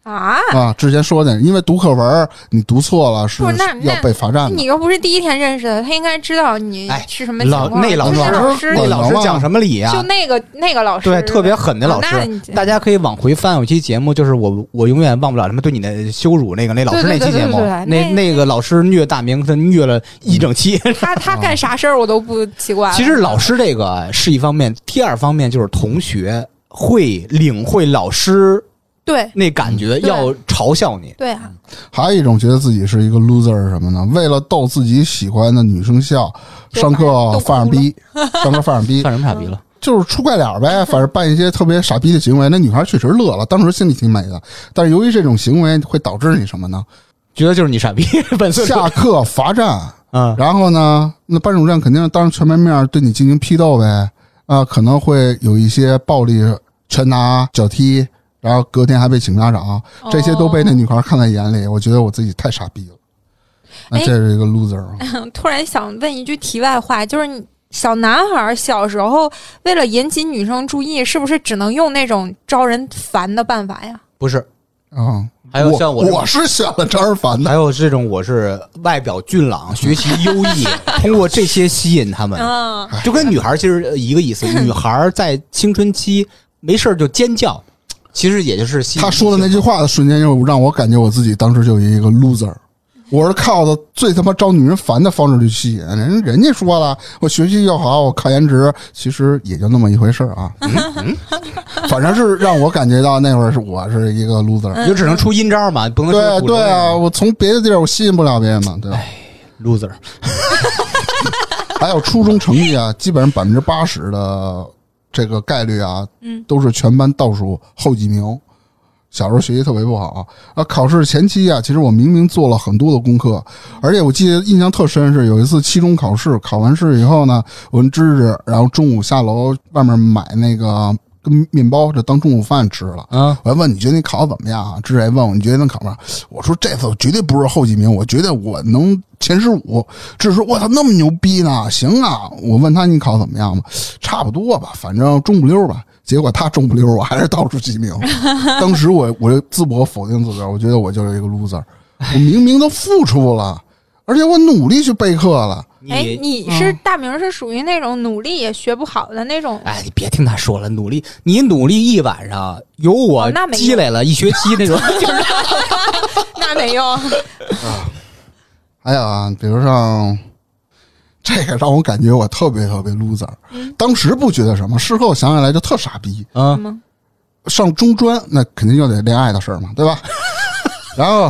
S2: 啊，
S1: 啊，之前说的，因为读课文儿你读错了是
S2: 不是那
S1: 要被罚站的。
S2: 你又不是第一天认识的，他应该知道你
S3: 嗯哎
S2: 是什么情况。
S3: 那老
S2: 就是
S1: 师
S2: 老
S1: 老
S3: 那老师讲什么理呀
S2: 就？那个那个老师，
S3: 对，特别狠的老
S2: 啊那你
S3: 师，大家可以往回翻有期节目，就是我我永远忘不了他们对你的羞辱那个那老师那
S2: 对对
S3: 期
S2: 对
S3: 节目
S2: 对对对，嗯
S3: 那
S2: 那
S3: 那个老师虐大明，他虐了一整期。
S2: 他他干啥事儿我都不奇怪。
S3: 嗯其实老师这个是一方面，第二方面就是同学会领会老师
S2: 对
S3: 那感觉，
S2: 嗯对
S3: 要嘲笑你。
S2: 对啊，
S1: 还有一种觉得自己是一个 loser 是什么呢？为了逗自己喜欢的女生笑，
S2: 就
S1: 上
S2: 把
S1: 课
S2: 她逗
S1: 犯上
S2: 哭了
S1: 逼， 上课犯上 逼，
S3: 犯什么傻逼了？
S1: 就是出怪脸儿呗，反正办一些特别傻逼的行为。那女孩确实乐了，当时心里挺美的。但是由于这种行为会导致你什么呢？
S3: 觉 得就是你傻逼， 本色
S1: 下课罚站，
S3: 嗯，
S1: 然后呢，那班主任肯定当着全班面儿对你进行批斗呗，啊、可能会有一些暴力拳打脚踢，然后隔天还被请家长，这些都被那女孩看在眼
S3: 哦
S1: 里。我觉得我自己太傻逼了，那
S2: 哎
S1: 这是一个 loser 啊。
S3: 嗯
S2: 嗯突然想问一句题外话，就是你小男孩儿小时候为了引起女生注意，是不是只能用那种招人烦的办法呀？
S3: 不是，
S1: 啊，
S3: 哎还有
S1: 我
S3: 像我
S1: 我
S3: 这种
S1: 是选了张二凡的
S3: 还，有这种我是外表俊朗，学习优 异，通过这些吸引他们，
S2: 嗯，
S3: 就跟女孩其实呃一个意 思。女孩在青春期没事儿就尖叫，其实也就是吸引
S1: 他说的那句话的瞬间，又让我感觉我自己当时就有一个 loser。我是靠的最他妈招女人烦的方式去吸引人，人家说了，我学习又好，我靠颜值，其实也就那么一回事儿啊。 反正是让我感觉到那会儿是我是一个 loser。
S3: 你就
S2: 嗯
S3: 只能出阴招嘛，不能
S1: 对
S3: 说主流
S1: 对啊，我从别的地儿我吸引不了别人嘛，对吧？
S3: ，loser。
S1: 还有初中成绩啊，基本上百分之八十的这个概率啊，
S2: 嗯，
S1: 都是全班倒数后几名。小时候学习特别不好啊，啊，考试前期啊，其实我明明做了很多的功课，而且我记得印象特深是有一次期中考试，考完试以后呢，我跟芝芝，然后中午下楼外面买那个跟面包，就当中午饭吃了。
S3: 啊，
S1: 我还问你觉得你考得怎么样啊？芝芝还问我你觉得能考吗？我说这次我绝对不是后几名，我觉得我能前十五。芝芝说我操那么牛逼呢，行啊！我问他你考得怎么样吧，差不多吧，反正中不溜吧。结果他中不溜，我还是倒数几名。当时我我就自我否定自个儿，我觉得我就是一个 loser。我明明都付出了，而且我努力去备课了，
S2: 哎，
S3: 你嗯
S2: 你是大明是属于那种努力也学不好的那种，
S3: 哎，你别听他说了，努力，你努力一晚上，有我
S2: 哦那没用
S3: 积累了一学期 那种，就是
S2: 那没用。
S1: 还有啊，比如像这个让我感觉我特别特别 loser，、当时不觉得什么，事后想起来就特傻逼。
S3: 嗯，
S1: 上中专那肯定就得恋爱的事儿嘛，对吧？ 然后，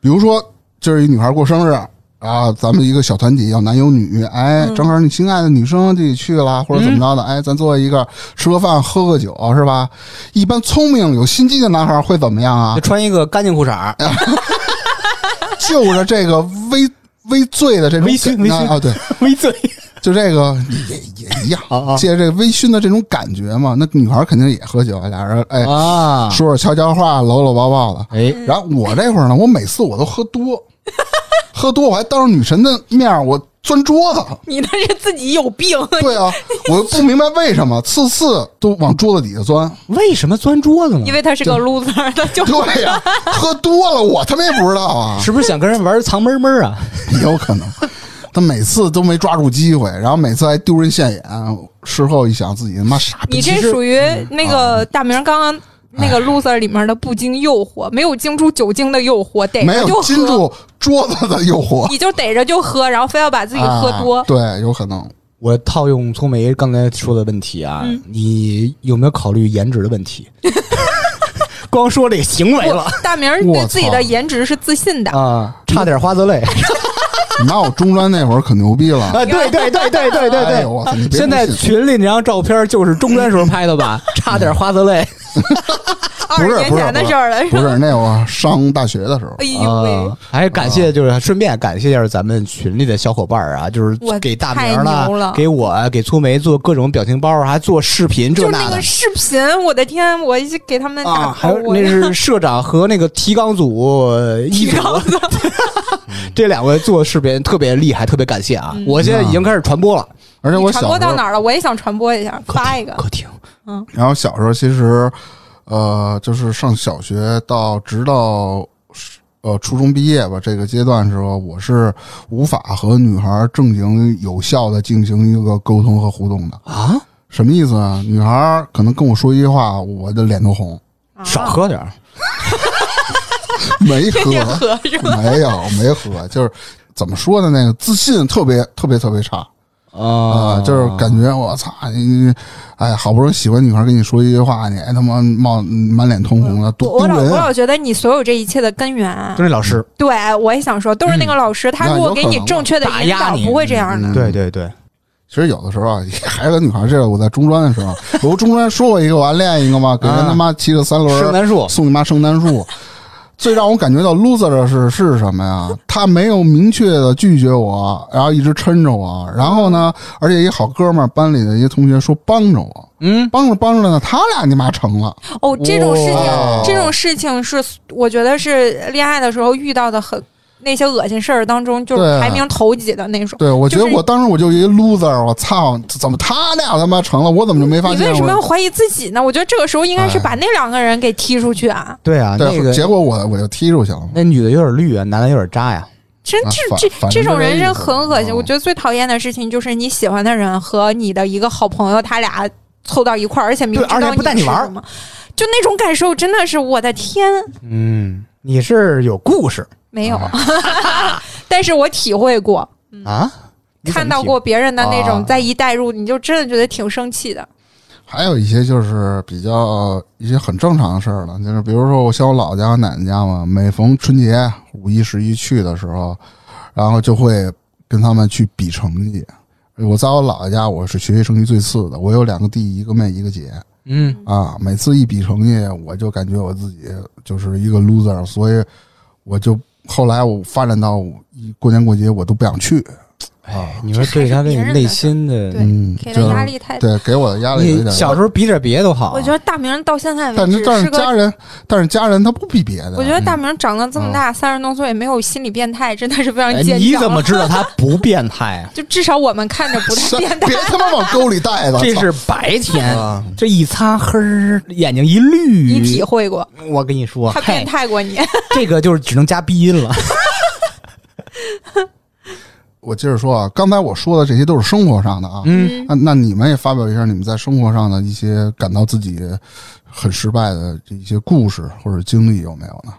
S1: 比如说今儿一女孩过生日啊，咱们一个小团体要男有女，哎，
S3: 嗯
S1: 正好你心爱的女生自己去了，或者怎么着的，哎，咱做一个吃个饭喝个酒是吧？一般聪明有心机的男孩会怎么样 啊
S3: 就？穿一个干净裤衩儿，
S1: 就着这个微微醉的这种
S3: 微醺
S1: 感
S3: 微醺
S1: 啊，对，
S3: 微醉，
S1: 就这个也也一样
S3: 啊啊，
S1: 借着这个微醺的这种感觉嘛，那女孩肯定也喝酒，俩人哎
S3: 啊，
S1: 说说悄悄话，搂搂抱抱的。
S3: 哎，
S2: 嗯
S1: 然后我这会儿呢，我每次我都喝多， 喝多我还当着女神的面儿我钻桌子。
S2: 你那是自己有病，
S1: 对 啊，我不明白为什么次次都往桌子底下钻。
S3: 为什么钻桌子呢
S2: 因？为他是个 loser，他就
S1: 对呀、喝多了我他妈也不知道啊，
S3: 是不是想跟人玩藏猫猫啊？
S1: 也有可能。他每次都没抓住机会，然后每次还丢人现眼。事后一想，自己他妈傻逼。
S2: 你这
S1: 其实嗯啊哎
S2: 属于那个大明刚刚那个 loser 里面的不经诱惑，没有经住酒精的诱惑，逮
S1: 没
S2: 着
S1: 有
S2: 哎就
S1: 禁
S2: 喝，
S1: 住桌子的诱惑，
S2: 你就逮着就喝，然后非要把自己喝
S1: 啊
S2: 多。
S1: 对，有可能。
S3: 我套用聪梅刚才说的问题啊，
S2: 嗯
S3: 你有没有考虑颜值的问题？ 光说这个行为了
S2: 大明
S1: 我
S2: 对
S1: 操
S2: 自己的颜值是自信的，
S3: 啊，差点花 泽类
S1: 你妈，我中专那会儿可牛逼了。
S3: 啊！对对对对对对
S1: 哎
S3: 对，
S1: 呦我操！你别
S3: 现在
S1: 不信
S3: 群里那张照片就是中专时候拍的 吧？差点花泽类
S2: 二十年前的事儿了，
S1: 不是那我上大学的时候，
S2: 哎呦喂
S3: 啊！！还感谢，就是顺便感谢一下咱们群里的小伙伴儿啊，就是
S2: 我
S3: 给大
S2: 太
S3: 明儿
S2: 牛了
S3: 给我啊、给粗梅做各种表情包啊，还做视频
S2: 就
S3: 这
S2: 是那
S3: 的
S2: 个视频，我的天！我一给他们打
S3: 啊，还
S2: 头，
S3: 有
S2: 我
S3: 那是社长和那个提 纲组呃一组， 这两位做视频特别厉害，特别感谢
S2: 嗯
S3: 啊！我现在已经开始传播了，
S1: 而且
S2: 你
S1: 我小
S2: 传
S1: 时
S2: 播
S1: 候，
S2: 到哪儿了？我也想传播一下，发一个。
S3: 可听
S1: 然后小时候其实，呃，就是上小学到直到呃初中毕业吧这个阶段的时候，我是无法和女孩正经有效的进行一个沟通和互动的。
S3: 啊，
S1: 什么意思啊？女孩可能跟我说一句话，我的脸都红，
S2: 啊
S3: 少喝点儿
S1: 没喝，
S2: 也合是吧？
S1: 没有没喝，就是怎么说呢？那个自信特别特别特别差。啊、
S3: 啊
S1: 就是感觉我操你，哎，好不容易喜欢女孩跟你说一句话，你哎还他妈冒满脸通红的，
S2: 我
S1: 多
S2: 我
S1: 丢
S2: 老我
S1: 人啊！
S2: 老觉得你所有这一切的根源啊，
S3: 就那老师，
S2: 对我也想说，都是那个老师，他
S1: 嗯那
S2: 如果
S1: 有
S2: 给
S1: 可
S2: 你
S1: 能
S2: 正确的
S3: 打
S2: 引
S3: 压
S2: 导，
S3: 你
S2: 不会这样
S1: 嗯
S2: 的。
S3: 对对对，
S1: 其实有的时候啊，也还有个女孩，这是我在中专的时候， 我不中专说过一个，我还恋爱一个嘛，给人他妈骑着三轮
S3: 啊圣
S1: 儿
S3: 诞树
S1: 送你妈圣诞树。最让我感觉到 loser 的是是什么呀？他没有明确的拒绝我，然后一直抻着我，然后呢，而且一好哥们儿班里的一同学说帮着我，
S3: 嗯，
S1: 帮着帮着呢，他俩你妈成了。
S2: 哦，这种事情
S1: 哇，
S2: 这种事情是我觉得是恋爱的时候遇到的很那些恶心事儿当中，就是
S1: 对啊
S2: 排名头几的那种。
S1: 对，我觉得
S2: 就是
S1: 我当时我就一个 loser，我操，怎么他俩他妈成了，我怎么就没发
S2: 你
S1: 现？
S2: 为什么要
S1: 我哎
S2: 怀疑自己呢？我觉得这个时候应该是把那两个人给踢出去啊！
S3: 对啊，
S1: 对，
S3: 那个
S1: 结果我我就踢出去了。
S3: 那女的有点绿啊，男的有点渣呀，
S2: 真
S1: 啊
S2: 这
S1: 反
S2: 这
S1: 反正
S2: 这种人
S1: 这
S2: 真
S1: 个意思
S2: 很恶心。
S1: 嗯
S2: 我觉得最讨厌的事情就是你喜欢的人和你的一个好朋友，他俩凑到一块儿，而且明
S3: 对
S2: 知
S3: 而且
S2: 道
S3: 不带
S2: 你
S3: 你玩儿
S2: 是什么，就那种感受真的是我的天，
S3: 嗯，你是有故事
S2: 没有。 但是我体会过，
S3: 啊？你怎
S2: 嗯
S3: 么
S2: 看到
S3: 体
S2: 过别人的那种
S3: 啊
S2: 再一带入，你就真的觉得挺生气的。
S1: 还有一些就是比较一些很正常的事儿了，就是比如说我像我老家和奶奶家嘛，每逢春节、五一、十一去的时候，然后就会跟他们去比成绩。我在我姥爷家，我是学习成绩最次的，我有两个弟，一个妹，一个姐。
S3: 嗯
S1: 啊，每次一比成绩，我就感觉我自己就是一个 loser，所以我就后来我发展到一过年过节我都不想去，
S3: 哎，你说对他这个内心的，
S2: 对
S1: 嗯，
S2: 给
S1: 就
S2: 的压力太大。
S1: 对给我的压力有一
S3: 你
S1: 点。
S3: 小时候比点别多好啊，
S2: 我觉得大明到现在为
S1: 但
S2: 止
S1: 是但是
S2: 个
S1: 家人，但是家人他不比别的，
S2: 我觉得大明长到这么大，三十多岁也没有心理变态，真的是非常
S3: 哎
S2: 坚强。
S3: 你怎么 知道他不变态啊？
S2: 就至少我们看着不 太
S1: 是啊
S2: 变态
S1: 别。他妈往沟里带了，
S3: 这
S1: 操
S3: 是白天
S1: 啊，
S3: 这一擦黑儿，眼睛一绿。
S2: 你体会过，
S3: 我跟你说，
S2: 他
S3: 嘿
S2: 变，态过你。
S3: 这个就是只能加鼻音了。
S1: 我接着说啊，刚才我说的这些都是生活上的啊，
S3: 嗯，
S1: 那那你们也发表一下你们在生活上的一些感到自己很失败的一些故事或者经历有没有呢？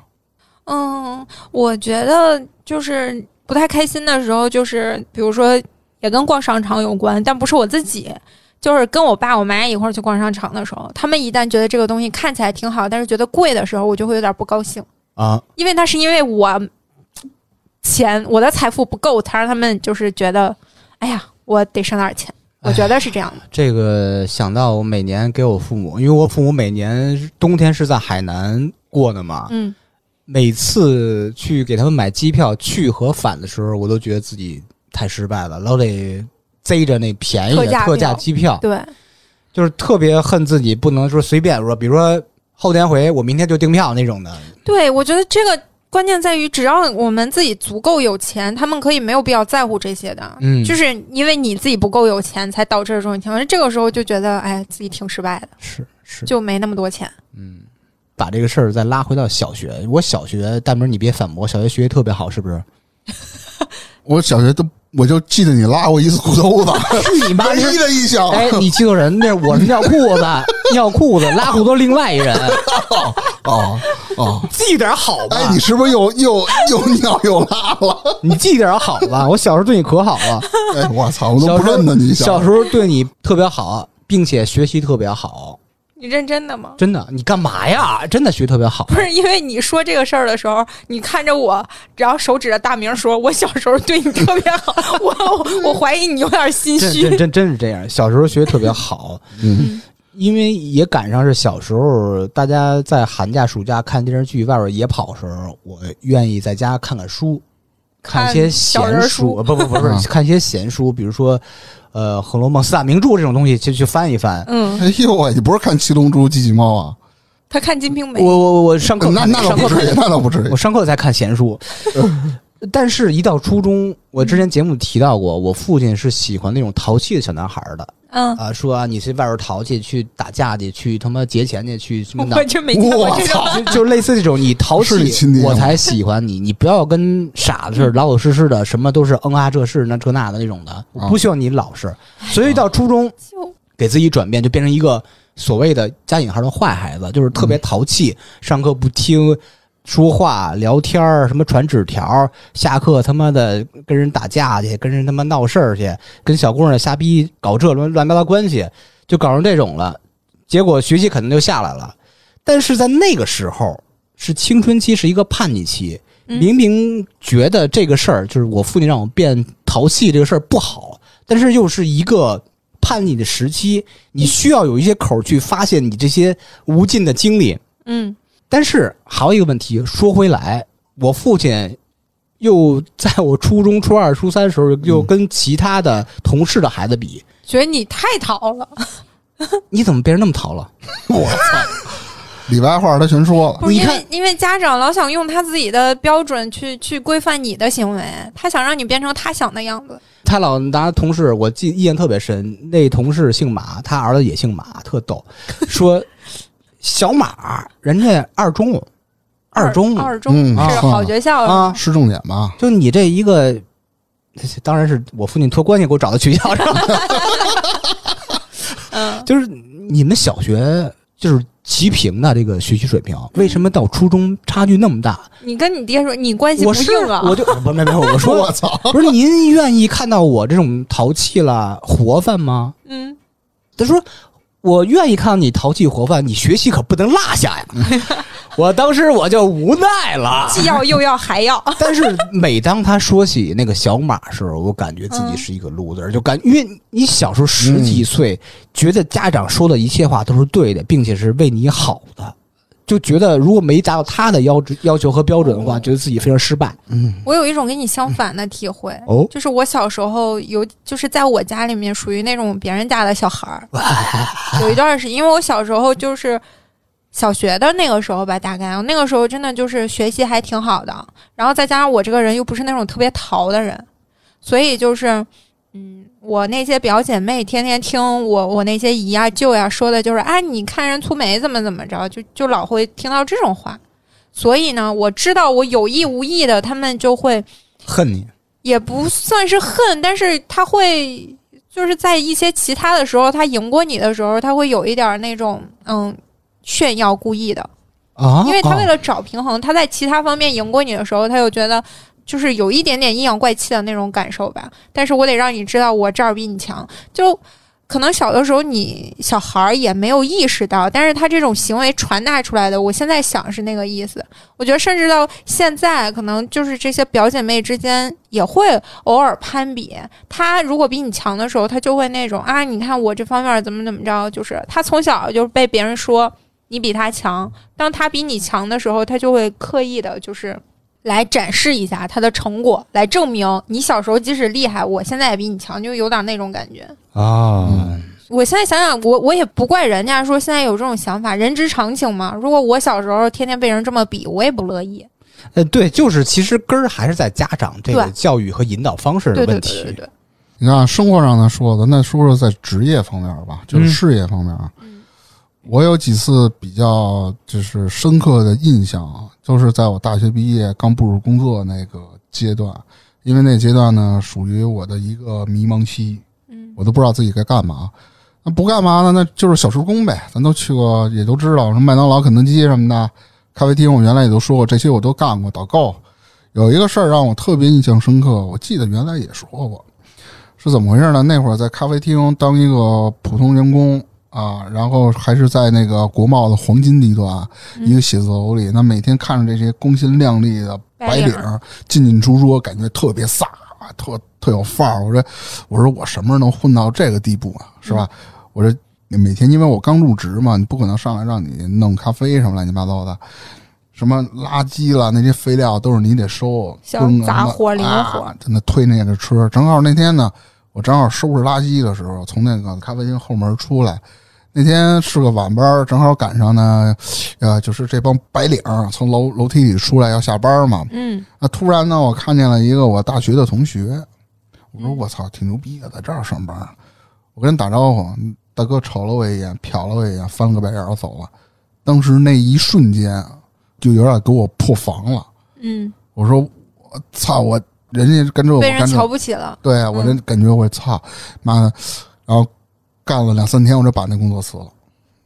S2: 嗯，我觉得就是不太开心的时候，就是比如说也跟逛商场有关，但不是我自己，就是跟我爸我妈一块儿去逛商场的时候，他们一旦觉得这个东西看起来挺好，但是觉得贵的时候，我就会有点不高兴，
S3: 啊，
S2: 因为那是因为我钱我的财富不够，他让他们就是觉得，哎呀，我得省点钱，我觉得是这样的。
S3: 这个想到我每年给我父母，因为我父母每年冬天是在海南过的嘛，
S2: 嗯，
S3: 每次去给他们买机票去和返的时候，我都觉得自己太失败了，老得贼着那便宜的
S2: 特价
S3: 特价
S2: 票
S3: 机票，
S2: 对，
S3: 就是特别恨自己不能说随便说，比如说后天回我明天就订票那种的，
S2: 对，我觉得这个关键在于，只要我们自己足够有钱，他们可以没有必要在乎这些的。
S3: 嗯
S2: 就是因为你自己不够有钱，才导致了这种情况。这个时候就觉得，哎，自己挺失败的，
S3: 是是，
S2: 就没那么多钱。
S3: 把这个事儿再拉回到小学，我小学大明儿你别反驳，小学学习特别好是不 是？
S1: 我小学都我就记得你拉过一次裤兜 子，
S3: 你妈
S1: 唯 一的一小，
S3: 哎，你记错人，那是我是尿裤子， 尿裤子拉裤兜另外一 人，
S1: 哦哦，
S3: 记点好吧？
S1: 哎，你是不是又又又尿又拉了？
S3: 你记点好 吧？我小时候对你可好了，
S1: 哎，我操，我都
S3: 小时
S1: 不
S3: 候
S1: 认得你
S3: 小
S1: 时
S3: 时候对你特别好，并且学习特别好，
S2: 你认真的吗？
S3: 真的，你干嘛呀？真的学习特别好
S2: 不。是因为你说这个事儿的时候，你看着我，然后手指着大明说：“我小时候对你特别好。 我”我怀疑你有点心
S3: 真
S2: 虚
S3: 真。真真是这样，小时候学习特别好，
S1: 嗯，
S3: 因为也赶上是小时候大家在寒假、暑假看电视剧、外边野跑的时候，我愿意在家看看书，看些
S2: 看小
S3: 闲
S2: 人
S3: 书，
S2: 书
S3: 呃不不不
S1: 啊
S3: 是，看些闲书，比如说，呃，《红楼梦》四大名著这种东西，去去翻一翻。
S2: 嗯，
S1: 哎呦喂，你不是看《七龙珠》《机器猫》啊？
S2: 他看《金瓶梅
S3: 我》，我我我上课
S1: 那
S3: 看
S1: 那倒
S3: 上
S1: 不
S3: 课
S1: 至于，那倒不至于
S3: 我。上课才看闲 书，但是一到初中，我之前节目提到过，我父亲是喜欢那种淘气的小男孩的
S2: 嗯，
S3: 啊，说啊你去外边淘气，去打架去，去他妈劫钱去，去什么的
S2: 我。真没见过
S1: 我
S2: 这种。
S1: 操！
S3: 就就类似这种，你淘
S1: 是你
S3: 气
S1: 亲爹，吗
S3: 我才喜欢你。你不要跟傻子
S2: 嗯
S3: 似的，老老实实的，什么都是嗯啊这是那这那的那种的。
S1: 嗯
S3: 我不希望你老实，所以到初中
S2: 就
S3: 给自己转变，就变成一个所谓的加引号的坏孩子，就是特别淘气，上课不听。说话、聊天儿，什么传纸条儿，下课他妈的跟人打架去，跟人他妈闹事儿去，跟小姑娘瞎逼搞这乱乱八糟关系，就搞成这种了。结果学习肯定就下来了，但是在那个时候是青春期，是一个叛逆期。
S2: 嗯
S3: 明明觉得这个事儿就是我父亲让我变淘气这个事儿不好，但是又是一个叛逆的时期，你需要有一些口儿去发泄你这些无尽的精力。
S2: 嗯，
S3: 但是还有一个问题，说回来，我父亲又在我初中、初二、初三时候，又跟其他的同事的孩子比，
S2: 觉得你太淘了。
S3: 你怎么变成那么淘了？
S1: 我操！李白话他全说了，
S2: 不是
S3: 你
S2: 因
S3: 看
S2: 为因为家长老想用他自己的标准去去规范你的行为，他想让你变成他想的样子。
S3: 他老拿同事，我记印象特别深。那同事姓马，他儿子也姓马，特逗。说小马，人家二中，中，
S2: 二中
S1: 嗯
S2: 是好学校，
S3: 啊，
S1: 是重点吧？
S3: 就你这一个，当然是我父亲托关系给我找的学校。
S2: 嗯，
S3: 就是你们小学就是齐平的这个学习水
S2: 嗯
S3: 平，为什么到初中差距那么大？
S2: 你跟你爹说你关系不
S3: 我是
S2: 硬啊，
S3: 我就 不没没，我说
S1: 我操！
S3: 不是您愿意看到我这种淘气了活泛吗？
S2: 嗯，
S3: 他说：“我愿意看到你淘气活泛，你学习可不能落下 呀。”我当时我就无奈了。
S2: 既要又要还要，
S3: 但是每当他说起那个小马的时候，我感觉自己是一个 loser，、就感因为你小时候十几岁，觉得家长说的一切话都是对的，并且是为你好的，就觉得如果没达到他的要求要求和标准的话，觉得自己非常失败。
S1: 嗯
S2: 我有一种跟你相反的体会，
S3: 哦
S2: 就是我小时候有，就是在我家里面属于那种别人家的小孩儿。有一段时间，因为我小时候就是小学的那个时候吧，大概那个时候真的就是学习还挺好的，然后再加上我这个人又不是那种特别淘的人，所以就是。嗯，我那些表姐妹天天听我我那些姨啊舅呀、说的就是啊，你看人粗眉怎么怎么着，就就老会听到这种话，所以呢，我知道我有意无意的，他们就会
S3: 恨你，
S2: 也不算是恨，但是他会就是在一些其他的时候，他赢过你的时候，他会有一点那种嗯炫耀故意的，
S3: 啊，
S2: 因为他为
S3: 啊
S2: 了找平衡，他在其他方面赢过你的时候，他又觉得就是有一点点阴阳怪气的那种感受吧。但是我得让你知道我这儿比你强，就。可能小的时候你小孩儿也没有意识到，但是他这种行为传达出来的，我现在想是那个意思。我觉得甚至到现在，可能就是这些表姐妹之间也会偶尔攀比。她如果比你强的时候，她就会那种啊，你看我这方面怎么怎么着，就是她从小就是被别人说你比她强，当他比你强的时候，他就会刻意的，就是来展示一下他的成果，来证明你小时候即使厉害，我现在也比你强，就有点那种感觉。
S3: 啊，
S2: 我现在想想，我我也不怪人家说现在有这种想法，人之常情嘛。如果我小时候天天被人这么比，我也不乐意。
S3: 呃，对，就是其实根儿还是在家长这个
S2: 对
S3: 教育和引导方式的
S2: 对对
S3: 问
S2: 对对
S3: 题。
S2: 对，
S1: 你看生活上的说的，那说说在职业方面吧，就是事业方面啊。
S2: 嗯
S1: 我有几次比较就是深刻的印象啊，就是在我大学毕业刚步入工作那个阶段，因为那阶段呢属于我的一个迷茫期，
S2: 嗯
S1: 我都不知道自己该干嘛。那不干嘛呢？那就是小时工呗，咱都去过，也都知道什么麦当劳、肯德基什么的，咖啡厅我原来也都说过，这些我都干过，导购。有一个事儿让我特别印象深刻，我记得原来也说过，是怎么回事呢？那会儿在咖啡厅当一个普通员工啊，然后还是在那个国贸的黄金地段
S2: 嗯
S1: 一个写字楼里，那每天看着这些光鲜亮丽的白
S2: 白领
S1: 领儿进进出出，感觉特别飒，啊特特有范儿。我说，我说我什么时候能混到这个地步啊？是吧？我说每天因为我刚入职嘛，你不可能上来让你弄咖啡什么乱七八糟的，什么垃圾了那些废料都是你得收，
S2: 像
S1: 跟个
S2: 杂活
S1: 什么
S2: 零活
S1: 啊真的推那个车。正好那天呢，我正好收拾垃圾的时候，从那个咖啡厅后门出来。那天是个晚班儿，正好赶上呢，呃，就是这帮白领儿从楼楼梯里出来要下班儿嘛，
S2: 嗯
S1: 啊，突然呢，我看见了一个我大学的同学，我
S2: 嗯
S1: 说我操，挺牛逼的，在这儿上班。我跟人打招呼，大哥瞅了我一眼，瞟了我一眼，翻了个白眼儿走了。当时那一瞬间，就有点给我破防了。
S2: 嗯，
S1: 我说我操，我人家干这我
S2: 被人
S1: 干这
S2: 瞧，不嗯起了。
S1: 对啊我这感觉我操妈的，然后干了两三天，我就把那工作辞了，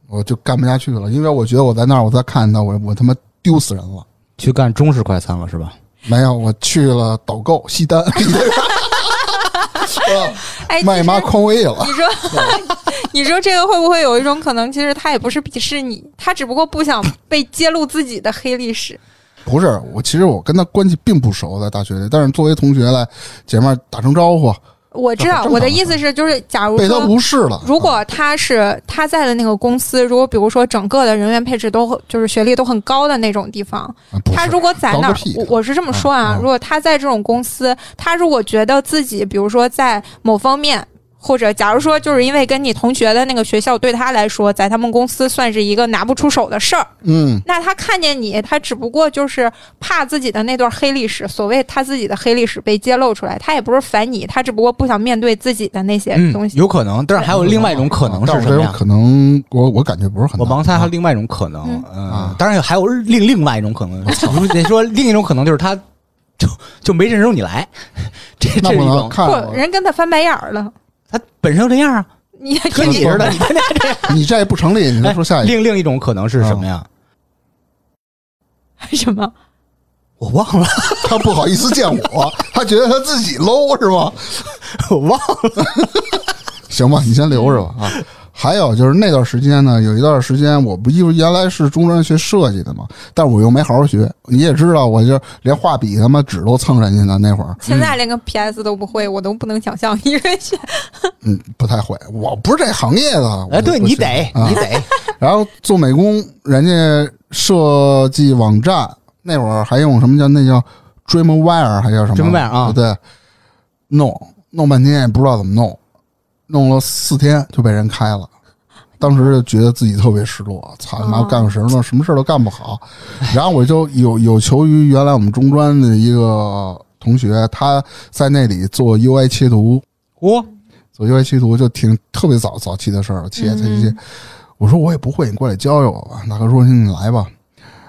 S1: 我就干不下去了，因为我觉得我在那儿，我再看他，我我他妈丢死人了。
S3: 去干中式快餐了是吧？
S1: 没有，我去了导购 西 单，啊
S2: 哎，
S1: 卖
S2: 其实
S1: 妈匡威了。
S2: 你说， 你说这个会不会有一种可能？其实他也不是鄙视你，他只不过不想被揭露自己的黑历史。
S1: 不是我，其实我跟他关系并不熟，在大学里，但是作为同学来姐妹儿打声招呼，
S2: 我知
S1: 这很正
S2: 道
S1: 常
S2: 我的意思是，就是假如
S1: 被他
S2: 说
S1: 无视了。
S2: 如果他是他在的那个公司，如果比如说整个的人员配置都很就是学历都很高的那种地方，
S1: 啊不是
S2: 他如果在那
S1: 高个
S2: 儿
S1: 屁，
S2: 我我是这么说
S1: 嗯
S2: 啊
S1: 嗯，
S2: 如果他在这种公司，他如果觉得自己比如说在某方面。或者，假如说，就是因为跟你同学的那个学校对他来说，在他们公司算是一个拿不出手的事儿，
S1: 嗯，
S2: 那他看见你，他只不过就是怕自己的那段黑历史，所谓他自己的黑历史被揭露出来，他也不是烦你，他只不过不想面对自己的那些东
S3: 嗯，
S2: 西。
S3: 有可能，但是还有另外一种可能
S1: 但我
S3: 是什
S1: 这
S3: 么
S1: 种
S3: 呀？
S1: 可能我我感觉不是很大。
S3: 我盲猜还有另外一种可能
S2: 嗯，
S3: 嗯
S1: 啊，
S3: 当然还有另另外一种可 能，比如你说另一种可能就是他就就没认识出你来， 这这
S1: 那
S3: 是
S1: 不
S3: 一
S1: 能
S3: 种，
S1: 看
S2: 不，
S1: 我
S2: 人跟他翻白眼儿了，
S3: 他本身就这样啊，
S2: 你
S3: 跟你似的，你跟
S1: 你这不成立，你再说下一个。啊
S3: 另另一种可能是什么呀？
S2: 什么？
S3: 我忘了，
S1: 他不好意思见我， 他觉得他自己 low 是吗？
S3: 我忘了。
S1: 行吧，你先留着吧啊。还有就是那段时间呢，有一段时间我不因为原来是中专学设计的嘛，但我又没好好学。你也知道，我就连画笔他妈纸都蹭人家呢。那会儿，
S2: 现在连个 PS 都不会，我都不能想象，因为是
S1: 嗯，不太会，我不是这行业的。我
S3: 哎，对
S1: 就不
S3: 你
S1: 行
S3: 得
S1: 啊
S3: 你得，
S1: 然后做美工，人家设计网站那会儿还用什么叫那叫 Dreamwire 还叫什么
S3: Dreamwire 啊
S1: 对，弄弄半天也不知道怎么弄，弄了四天就被人开了。当时就觉得自己特别失落，操他妈
S2: 哦
S1: 干个什么什么事儿都干不好。然后我就有有求于原来我们中专的一个同学，他在那里做 UI 切图，
S3: 我
S1: 做 UI 切图就挺特别早早期的事儿，切
S2: 嗯
S1: 切切。我说我也不会，你过来教教我吧。大哥说你来吧。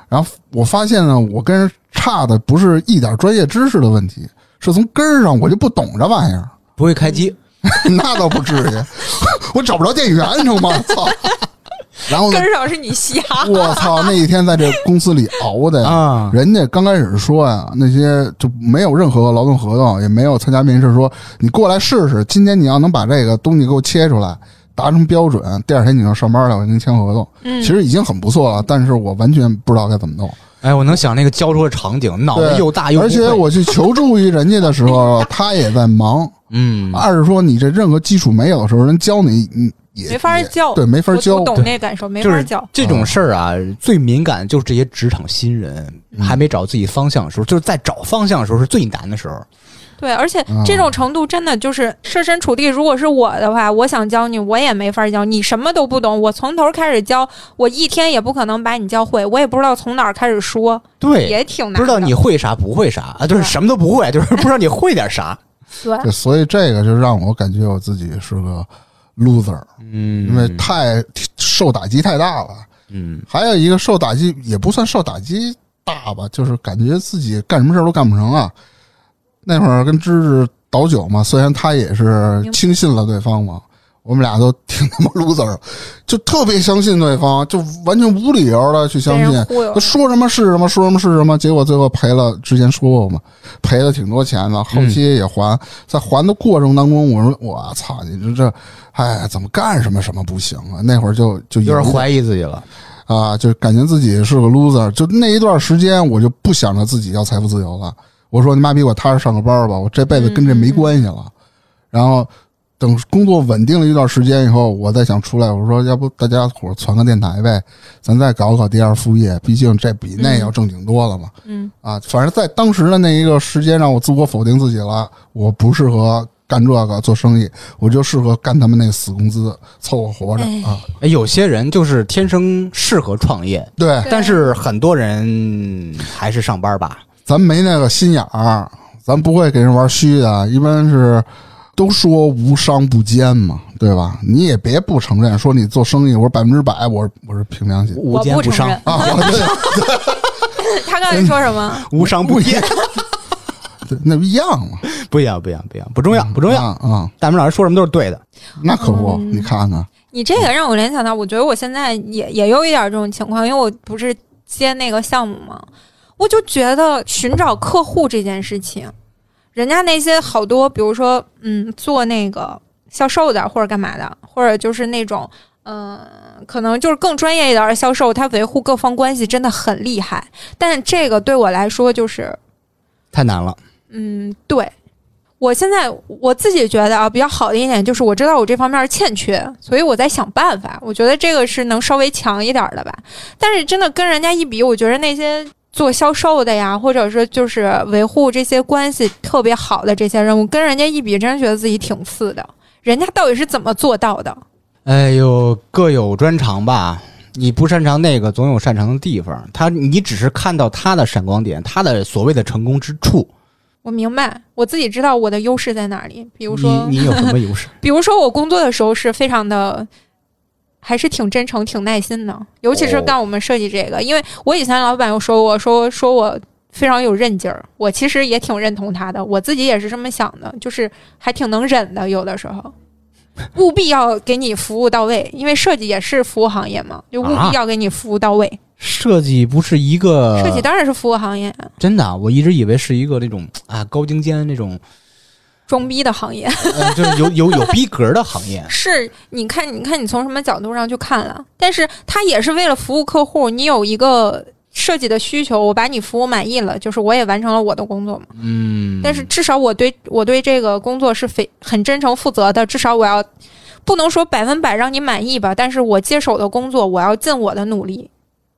S1: 然后我发现呢，我跟人差的不是一点专业知识的问题，是从根儿上我就不懂这玩意儿，
S3: 不会开机，
S1: 那倒不至于， 我找不着店员，你知道吗？操！ 然后呢
S2: 根，儿上是你瞎。
S1: 我操！那一天在这公司里熬的呀，
S3: 啊
S1: 人家刚开始说呀，那些就没有任何劳动合同，也没有参加面试，说你过来试试，今天你要能把这个东西给我切出来，达成标准，第二天你就上班了，我给你签合同。
S2: 嗯
S1: 其实已经很不错了，但是我完全不知道该怎么弄。
S3: 哎，我能想那个交出的场景，脑袋
S1: 对
S3: 又大又
S1: 而且
S3: 不会
S1: 我去求助于人家的时候，他也在忙。
S3: 嗯，
S1: 二是说你这任何基础没有的时候，人教你，你也
S2: 没法
S1: 也
S2: 教
S1: 对，没法
S2: 我
S1: 教
S2: 我。懂
S3: 对
S2: 那感受，没
S3: 就是
S2: 法教。
S3: 这种事儿啊，最敏感就是这些职场新人
S1: 嗯
S3: 还没找自己方向的时候，就是在找方向的时候是最难的时候。
S2: 对，而且
S3: 啊
S2: 这种程度真的就是设身处地。如果是我的话，我想教你，我也没法教你，什么都不懂。我从头开始教，我一天也不可能把你教会，我也不知道从哪儿开始说，
S3: 对，
S2: 也挺难的。嗯
S3: 不知道你会啥不会啥啊，就是什么都不会，就是不知道你会点啥。
S2: 对
S1: 对，所以这个就让我感觉我自己是个 loser，
S3: 嗯
S1: 因为太受打击太大了。
S3: 嗯
S1: 还有一个受打击也不算受打击大吧，就是感觉自己干什么事儿都干不成啊。那会儿跟芝芝倒酒嘛，虽然他也是轻信了对方嘛，我们俩都挺他妈 loser，就特别相信对方，就完全无理由的去相
S2: 被人
S1: 信。
S2: 忽悠
S1: 他。说什么是什么，说什么是什么，结果最后赔了。之前说过嘛，赔了挺多钱
S3: 嗯
S1: 的，后期也还。在还的过程当中，我说我操，你这这，哎，怎么干什么什么不行啊？那会儿就就
S3: 有点
S1: 怀。
S3: 怀疑自己了。
S1: 啊，就感觉自己是个 loser。就那一段时间，我就不想着自己要财富自由了。我说你妈逼，我踏实上个班儿吧，我这辈子跟这
S2: 嗯
S1: 没关系了。然后等工作稳定了一段时间以后，我再想出来，我说要不大家伙儿传个电台呗，咱再搞搞第二副业，毕竟这比那要正经多了嘛。
S2: 嗯，
S1: 啊，反正在当时的那一个时间，让我自我否定自己了，我不适合。干这个做生意，我就适合干他们那死工资，凑合活着
S2: 哎
S1: 啊！
S3: 哎有些人就是天生适合创业，
S1: 对，
S2: 对
S3: 但是很多人还是上班吧。
S1: 咱没那个心眼儿，咱不会给人玩虚的。一般是都说无商不奸嘛，对吧？你也别不承认，说你做生意，我是百分之百，我是我是凭良心
S3: 无
S2: 我
S3: 奸
S2: 不承
S3: 商，
S2: 认
S1: 啊。我这
S2: 他刚才说什么？
S3: 无商不奸，
S1: 这那不一样嘛，
S3: 不一样，不一样，不一样，不重要，不重要。
S1: 啊啊！
S3: 大明老师说什么都是对的。
S1: 那可不，
S2: 嗯
S1: 你看看，
S2: 你这个让我联想到，我觉得我现在也也有一点这种情况，因为我不是接那个项目嘛，我就觉得寻找客户这件事情，人家那些好多，比如说，嗯，做那个销售的或者干嘛的，或者就是那种，嗯、可能就是更专业一点的销售，他维护各方关系真的很厉害，但是这个对我来说就是
S3: 太难了，
S2: 嗯，对。我现在我自己觉得啊，比较好的一点就是我知道我这方面欠缺，所以我在想办法。我觉得这个是能稍微强一点的吧。但是真的跟人家一比，我觉得那些做销售的呀，或者是就是维护这些关系特别好的这些任务，跟人家一比，真觉得自己挺次的。人家到底是怎么做到的？
S3: 哎呦，各有专长吧。你不擅长那个，总有擅长的地方。他，你只是看到他的闪光点，他的所谓的成功之处。
S2: 我明白，我自己知道我的优势在哪里。比如说，
S3: 你你有什么优势？
S2: 比如说我工作的时候是非常的，还是挺真诚、挺耐心的，尤其是干我们设计这个，因为我以前老板又说我说说我非常有韧劲儿，我其实也挺认同他的，我自己也是这么想的，就是还挺能忍的，有的时候。务必要给你服务到位，因为设计也是服务行业嘛，就务
S3: 啊呃
S2: 必要给你服务到位。
S3: 设计不是一个
S2: 设计当然是服务行业，
S3: 真的啊，我一直以为是一个那种啊高精尖那种，
S2: 装逼的行业。。
S3: 呃、 就是有有有逼格的行业
S2: 是，你看，你看，你从什么角度上去看了？但是它也是为了服务客户，你有一个设计的需求，我把你服务满意了，就是我也完成了我的工作嘛。
S3: 嗯，
S2: 但是至少我对我对这个工作是非很真诚负责的，至少我要不能说百分百让你满意吧，但是我接手的工作，我要尽我的努力。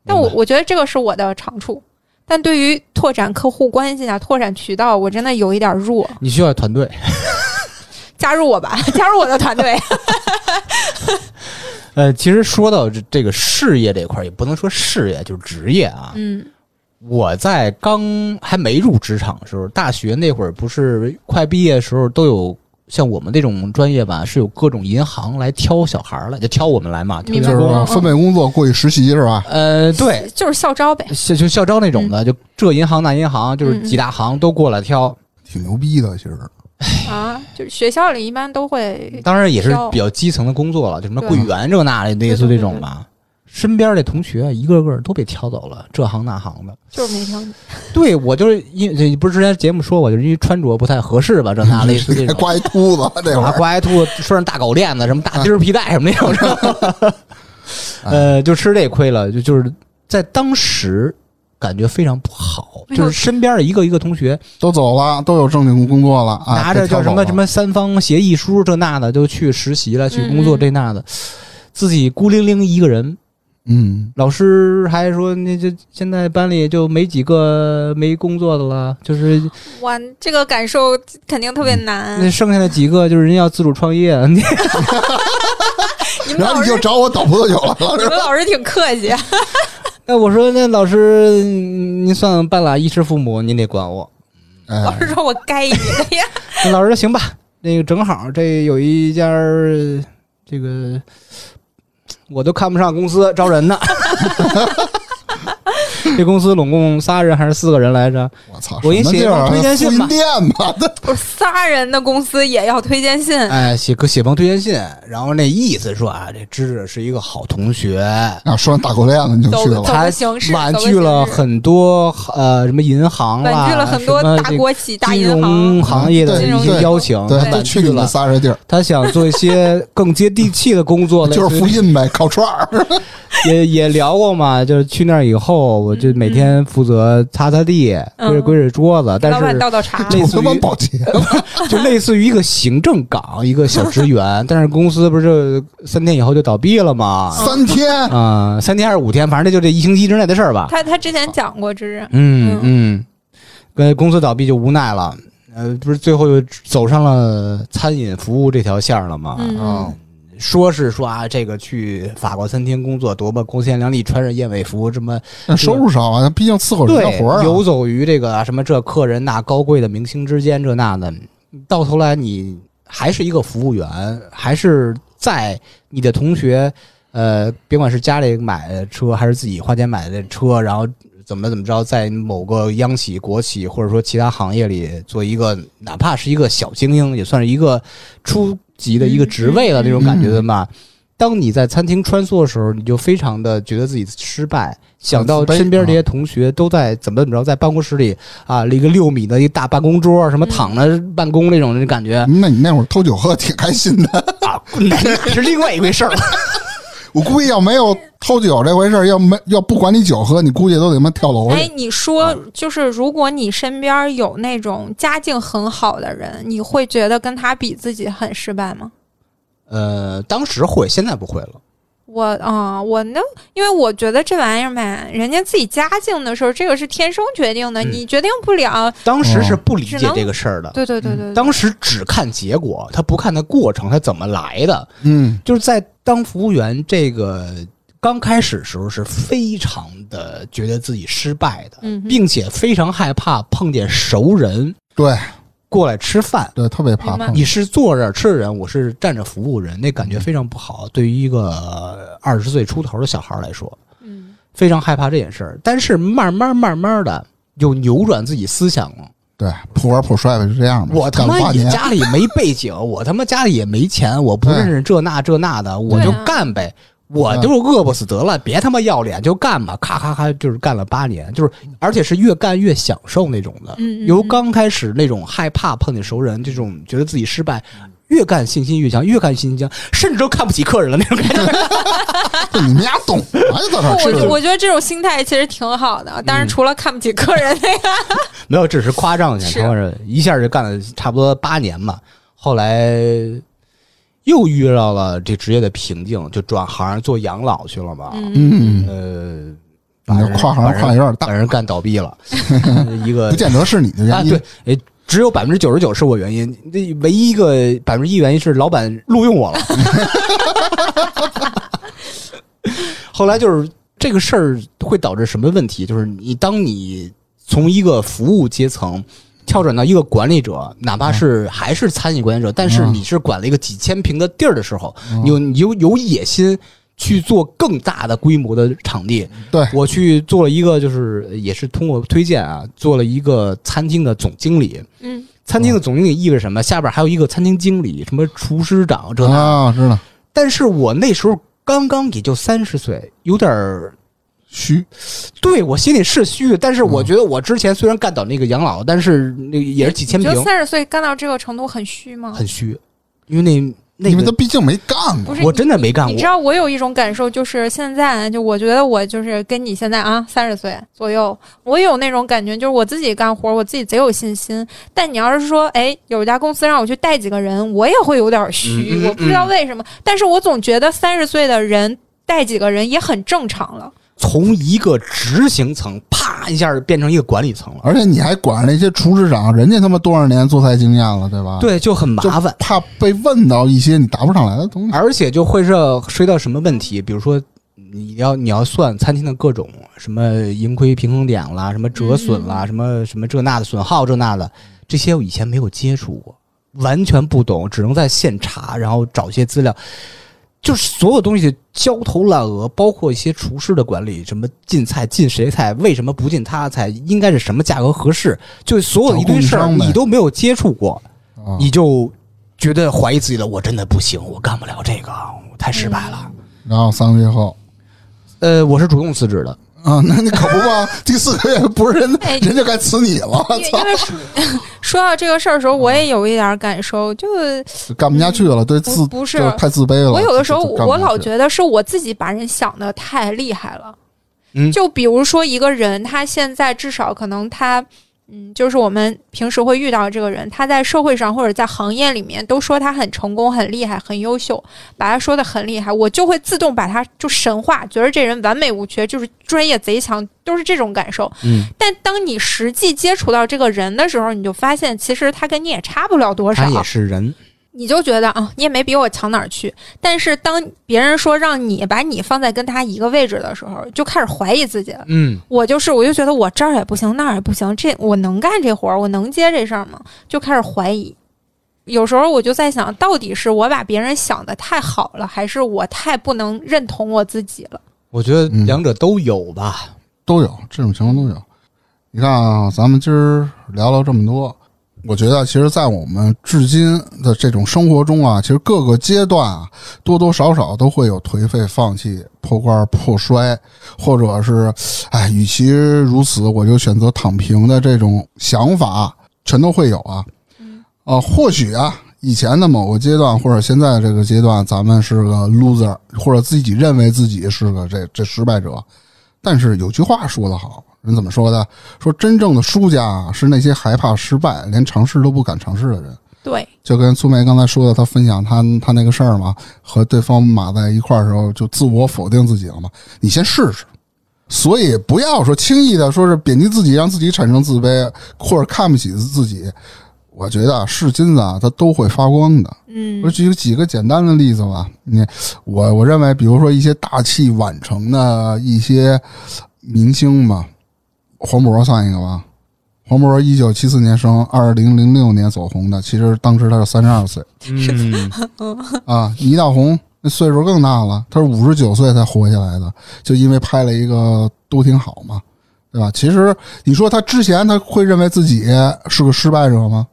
S2: 但我
S3: 明白
S2: 我觉得这个是我的长处，但对于拓展客户关系啊、拓展渠道，我真的有一点弱。
S3: 你需要团队。
S2: 加入我吧， 加入我的团队。
S3: 呃，其实说到这这个事业这块儿，也不能说事业，就是职业啊。
S2: 嗯
S3: 我在刚还没入职场的时候，大学那会儿不是快毕业的时候都有。像我们这种专业吧，是有各种银行来挑小孩儿来，就挑我们来嘛。挑
S2: 明
S1: 就
S2: 白
S1: 是
S2: 嗯
S1: 说
S2: 嗯
S1: 分配工作，过去实习是吧？
S3: 呃，对，
S2: 就是校招呗。嗯
S3: 校就校招那种的，就这银行那银行，就是几大行都过来挑。
S1: 挺牛逼的，其实
S2: 啊，就是学校里一般都会
S3: 当然也是比较基层的工作了，就什么
S2: 对
S3: 柜员这那的，类似
S2: 对对
S3: 这种吧。身边的同学一个个都被挑走了，这行那行的。
S2: 就是没
S3: 嗯
S2: 挑你，
S3: 对我就是因这不是之前节目说我就是因为穿着不太合适吧，这那类似这
S1: 还
S3: 种。
S1: 挂一秃子那会
S3: 啊，
S1: 儿，
S3: 不爱吐，拴上大狗链子，什么大钉儿皮带什么那种，是吧
S1: 哎
S3: 呃，就吃这亏了，就就是在当时感觉非常不好，
S2: 哎呦
S3: 就是身边的一个一个同学
S1: 都走了，都有正经工作了，啊、
S3: 拿着叫什么什
S1: 么，
S3: 么三方协议书这那的，就去实习了，去工作
S2: 嗯嗯
S3: 这那的，自己孤零零一个人，
S1: 嗯，
S3: 老师还说那这现在班里就没几个没工作的了，就是
S2: 哇，这个感受肯定特别难。
S3: 那剩下的几个就是人家要自主创业， 你
S2: 你们
S1: 然后
S2: 老
S1: 你
S2: 师
S1: 就，找我倒葡萄酒来了，
S2: 你们老师挺客气，啊
S3: 那我说那老师嗯您算半拉衣食父母，您得管我。
S2: 老
S1: 哎，
S2: 师说我该你的呀。
S3: 那 老师说行吧，那个正好这有一家儿这个我都看不上公司招人呢。 这公司总共仨人还是四个人来着？
S1: 我操，
S3: 我给你
S1: 什么
S3: 写一
S1: 地儿
S3: 份
S1: 啊
S3: 推荐信
S1: 复印
S3: 吧
S1: 店吧，
S2: 我仨人的公司也要推荐信，
S3: 哎，写个写封推荐信，然后那意思说啊，这芝芝是一个好同学，
S1: 啊，说完大狗链子你就
S2: 走
S1: 去了，
S2: 走
S3: 他
S2: 个形式，
S3: 婉
S2: 走个
S3: 拒了
S2: 形式
S3: 很多呃什么银行啦，
S2: 婉拒了很多
S3: 什么
S2: 大
S3: 这个
S2: 国企、大
S3: 金
S2: 银行
S3: 融。行业的
S1: 金融
S3: 一
S1: 啊对
S3: 些邀请，
S1: 对，
S2: 对
S1: 都
S3: 婉
S1: 去
S3: 拒
S1: 你们
S3: 了。
S1: 仨这地儿，
S3: 他想做一些更接地气的工作，
S1: 就是
S3: 类似
S1: 复
S3: 于
S1: 印呗，烤串儿，
S3: 也也聊过嘛，就是去那儿以后，我就每天负责擦擦地、
S2: 嗯
S3: 归置归置桌子，但
S2: 老板
S3: 是
S2: 倒倒茶，
S3: 类
S1: 我
S3: 似
S1: 他
S3: 于
S1: 妈保洁，
S3: 就类似于一个行政岗，一个小职员。但是公司不是三天以后就倒闭了吗？
S2: 哦
S1: 三天，
S3: 啊、三天还是五天，反正这就这一星期之内的事儿吧。
S2: 他他之
S3: 哦
S2: 前讲过，这是
S3: 嗯嗯，跟公司倒闭就无奈了，呃，不是最后又走上了餐饮服务这条线儿了吗？
S1: 啊
S2: 嗯，
S3: 说是说啊，这个去法国餐厅工作多么光鲜亮丽，穿着燕尾服，这么
S1: 但收入少啊，毕竟伺候人的
S3: 对
S1: 活儿
S3: 游
S1: 啊，
S3: 走于这个啊什么这客人那高贵的明星之间这那的，到头来你还是一个服务员，还是在你的同学，呃，别管是家里买的车还是自己花钱买的车，然后怎么怎么着，在某个央企、国企或者说其他行业里做一个，哪怕是一个小精英，也算是一个初级的一个职位了，
S2: 嗯
S3: 那种感觉
S1: 嗯
S3: 的嘛。当你在餐厅穿梭的时候，你就非常的觉得自己失败，想到
S1: 自卑
S3: 身边这些同学都在怎么怎么着，在办公室里啊，一个六米的一大办公桌，什么
S2: 嗯
S3: 躺着办公那种感觉
S1: 那你那会儿偷酒喝挺开心的。
S3: 啊， 那是另外一回事儿了。
S1: 我估计要没有偷酒这回事儿，要没要不管你酒喝，你估计都得他妈跳楼
S2: 哎
S1: 去。，
S2: 你
S3: 啊
S2: 说，就是如果你身边有那种家境很好的人，你会觉得跟他比自己很失败吗？
S3: 呃，当时会，现在不会了。
S2: 我啊、我呢，因为我觉得这玩意儿嘛，人家自己家境的时候，这个是天生决定的，
S3: 嗯嗯
S2: 你决定不了。
S3: 当时是不理
S2: 只
S3: 解
S2: 能
S3: 这个事儿的，
S2: 对对对对对，
S3: 当时只看结果，他不看他过程，他怎么来的。
S1: 嗯，
S3: 就是在当服务员这个刚开始时候是非常的觉得自己失败的，
S2: 嗯哼
S3: 并且非常害怕碰见熟人
S1: 对
S3: 过来吃饭。
S1: 对，特别怕
S2: 明白
S1: 碰
S3: 你是坐着吃的人，我是站着服务人，那感觉非常不好。对于一个二十岁出头的小孩来说，
S2: 嗯
S3: 非常害怕这件事儿。但是慢慢慢慢的，又扭转自己思想了。
S1: 对，普玩普摔吧，就这样吧。
S3: 我他
S1: 干了
S3: 妈
S1: 八
S3: 也
S1: 年，
S3: 家里没背景，我他妈家里也没钱，我不认识这那这那的，我
S2: 啊
S3: 就干呗。我就是饿不死得了，别他妈要脸，就干吧！咔咔咔，就是干了八年，就是而且是越干越享受那种的。
S2: 嗯，嗯
S3: 由
S2: 嗯
S3: 刚开始那种害怕碰见熟人，这种觉得自己失败，越干信心越强，越干信心强，甚至都看不起客人了那种感觉。
S1: 对 你们家懂啊，就在这儿吃
S2: 我
S1: 着。
S2: 我觉得这种心态其实挺好的，
S3: 嗯
S2: 当然除了看不起客人那个，
S3: 没有，只是夸张一
S2: 是
S3: 下，他是一下就干了差不多八年嘛。后来又遇到了这职业的瓶颈，就转行做养老去了嘛。
S1: 嗯，
S3: 呃，把
S1: 你
S3: 人
S1: 这跨行
S3: 把人
S1: 跨得有点
S3: 把
S1: 大，
S3: 人干倒 闭了，一个
S1: 不见得是你的
S3: 啊，
S1: 原因。
S3: 对，哎，只有百分之九十九是我原因，那唯一一个百分之一原因是老板录用我了。 后来就是这个事儿会导致什么问题？就是你当你从一个服务阶层。跳转到一个管理者，哪怕是还是餐饮管理者，但是
S1: 嗯
S3: 你是管了一个几千平的地儿的时候，
S1: 嗯
S3: 你有你有有野心去做更大的规模的场地，
S1: 嗯对
S3: 我去做了一个，就是也是通过推荐啊，做了一个餐厅的总经理。
S2: 嗯，
S3: 餐厅的总经理意味着什么？下边还有一个餐厅经理，什么厨师长这那。
S1: 啊，知道
S3: 但是我那时候刚刚也就三十岁，有点儿
S1: 虚，
S3: 对我心里是虚，但是我觉得我之前虽然干倒那个养老，但是那个也是几千
S2: 你觉得
S3: 平，
S2: 三十岁干到这个程度很虚吗？
S3: 很虚，因为那
S1: 因
S3: 那
S1: 为他
S3: 个
S1: 毕竟没干
S2: 不
S1: 过
S2: 是，
S3: 我真的没干过
S2: 你知。道我有一种感受，就是现在就我觉得我就是跟你现在啊三十岁左右，我有那种感觉，就是我自己干活，我自己贼有信心。但你要是说，哎，有一家公司让我去带几个人，我也会有点虚，
S3: 嗯嗯嗯
S2: 我不知道为什么。但是我总觉得三十岁的人带几个人也很正常了。
S3: 从一个执行层啪一下变成一个管理层了，
S1: 而且你还管那些厨师长，人家他妈多少年做菜经验了，对吧？，
S3: 对，就很
S1: 就
S3: 麻烦，
S1: 怕被问到一些你答不上来的东西。
S3: 而且就会是涉及到什么问题，比如说。你要你要算餐厅的各种什么盈亏平衡点啦，什么折损
S1: 嗯
S3: 啦，什么什么这那的损耗这那的，这些我以前没有接触过，完全不懂，只能在现查，然后找一些资料，就是所有东西焦头烂额，呃包括一些厨师的管理，什么进菜进谁菜，为什么不进他的菜，应该是什么价格合适，就所有一堆事
S1: 找
S3: 儿
S1: 供应商呗
S3: 你都没有接触过，
S1: 啊
S3: 你就觉得怀疑自己了，我真的不行，我干不了这个，我太失败了。
S1: 然后三个月后，嗯
S3: 呃，我是主动辞职的，
S1: 啊，那你可不嘛， 第四个月不是人，
S2: 哎
S1: 人家该辞你了，
S2: 因为因 为说说到这个事儿的时候，我也有一点感受，就
S1: 操，干不下去了，对自
S2: 不不是
S1: 就太自卑了。
S2: 我有的时候
S1: 就干不下去
S2: 我老觉得是我自己把人想的太厉害了。
S3: 嗯
S2: 就比如说一个人，他现在至少可能他，嗯，就是我们平时会遇到这个人，他在社会上或者在行业里面都说他很成功、很厉害、很优秀，把他说的很厉害，我就会自动把他就神化，觉得这人完美无缺，就是专业贼强，都是这种感受。
S3: 嗯，
S2: 但当你实际接触到这个人的时候，你就发现其实他跟你也差不了多少，
S3: 他也是人，
S2: 你就觉得啊，你也没比我强哪儿去。但是当别人说让你把你放在跟他一个位置的时候，就开始怀疑自己了。
S3: 嗯，
S2: 我就是，我就觉得我这儿也不行，那儿也不行，这我能干这活儿，我能接这事儿吗？就开始怀疑。有时候我就在想，到底是我把别人想的太好了，还是我太不能认同我自己了？
S3: 我觉得
S1: 嗯
S3: 两者都有吧。
S1: 都有这种情况都有。你看啊，咱们今儿聊了这么多，我觉得其实，在我们至今的这种生活中啊，其实各个阶段啊，多多少少都会有颓废、放弃、破罐破摔，或者是，哎，与其如此，我就选择躺平的这种想法，全都会有啊。啊、或许啊，以前的某个阶段，或者现在的这个阶段，咱们是个 loser，或者自己认为自己是个这这失败者，但是有句话说得好，人怎么说的？说真正的输家啊，是那些害怕失败，连尝试都不敢尝试的人。
S2: 对，
S1: 就跟苏梅刚才说的，她分享她她那个事儿嘛，和对方码在一块儿的时候，就自我否定自己了嘛。你先试试，所以不要说轻易的说是贬低自己，让自己产生自卑或者看不起自己。我觉得啊是金子啊，它都会发光的。
S2: 嗯
S1: 我，举几个简单的例子吧。你我我认为，比如说一些大器晚成的一些明星吧，黄渤算一个吧。黄渤一九七四年生，二零零六年走红的，其实当时他是三十二岁
S3: 嗯，
S1: 啊。倪大红那岁数更大了，他是五十九岁才活下来的，就因为拍了一个都挺好嘛，对吧？其实你说他之前他会认为自己是个失败者吗？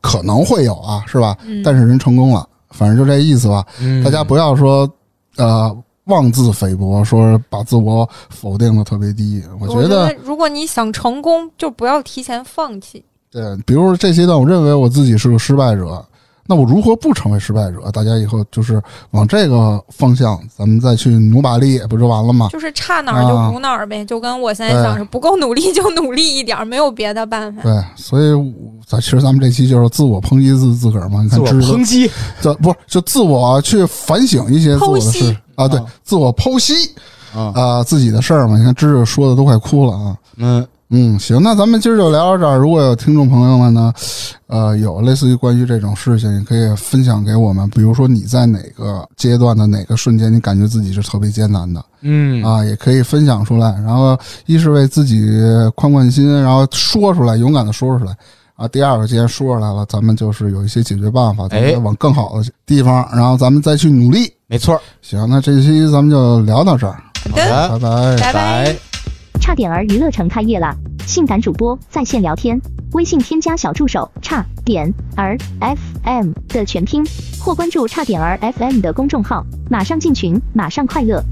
S1: 可能会有啊，是吧？但是人成功了，反正就这意思吧。
S3: 嗯
S1: 大家不要说呃妄自菲薄，说把自我否定的特别低。我觉得，
S2: 如果你想成功，就不要提前放弃。
S1: 对，比如说这阶段，我认为我自己是个失败者，那我如何不成为失败者？大家以后就是往这个方向，咱们再去努把力，不就完了吗？
S2: 就是差哪儿
S1: 啊
S2: 就补哪儿呗，就跟我现在想是不够努力就努力一点儿，没有别的办法。
S1: 对，所以我咱其实咱们这期就是自我抨击自自个儿嘛，你
S3: 自
S1: 看
S3: 我
S1: 知道
S3: 抨击，
S1: 这不是就自我去反省一些自我的
S2: 剖析
S1: 事啊，对
S3: 啊，
S1: 自我剖析
S3: 啊
S1: 啊自己的事儿嘛。你看知识说的都快哭了啊。
S3: 嗯，
S1: 嗯，行，那咱们今儿就聊到这儿。如果有听众朋友们呢，呃，有类似于关于这种事情，也可以分享给我们。比如说你在哪个阶段的哪个瞬间，你感觉自己是特别艰难的，
S3: 嗯
S1: 啊，也可以分享出来。然后，一是为自己宽宽心，然后说出来，勇敢的说出来。啊，第二个，既然说出来了，咱们就是有一些解决办法，咱
S3: 哎
S1: 们往更好的地方，然后咱们再去努力。
S3: 没错儿，
S1: 行，那这期咱们就聊到这儿，
S2: 好
S3: 啊好的，
S1: 拜拜
S2: 拜拜。
S4: 差点儿娱乐城开业啦！性感主播在线聊天。微信添加小助手“差点儿 FM” 的全拼，或关注“差点儿 FM” 的公众号，马上进群，马上快乐。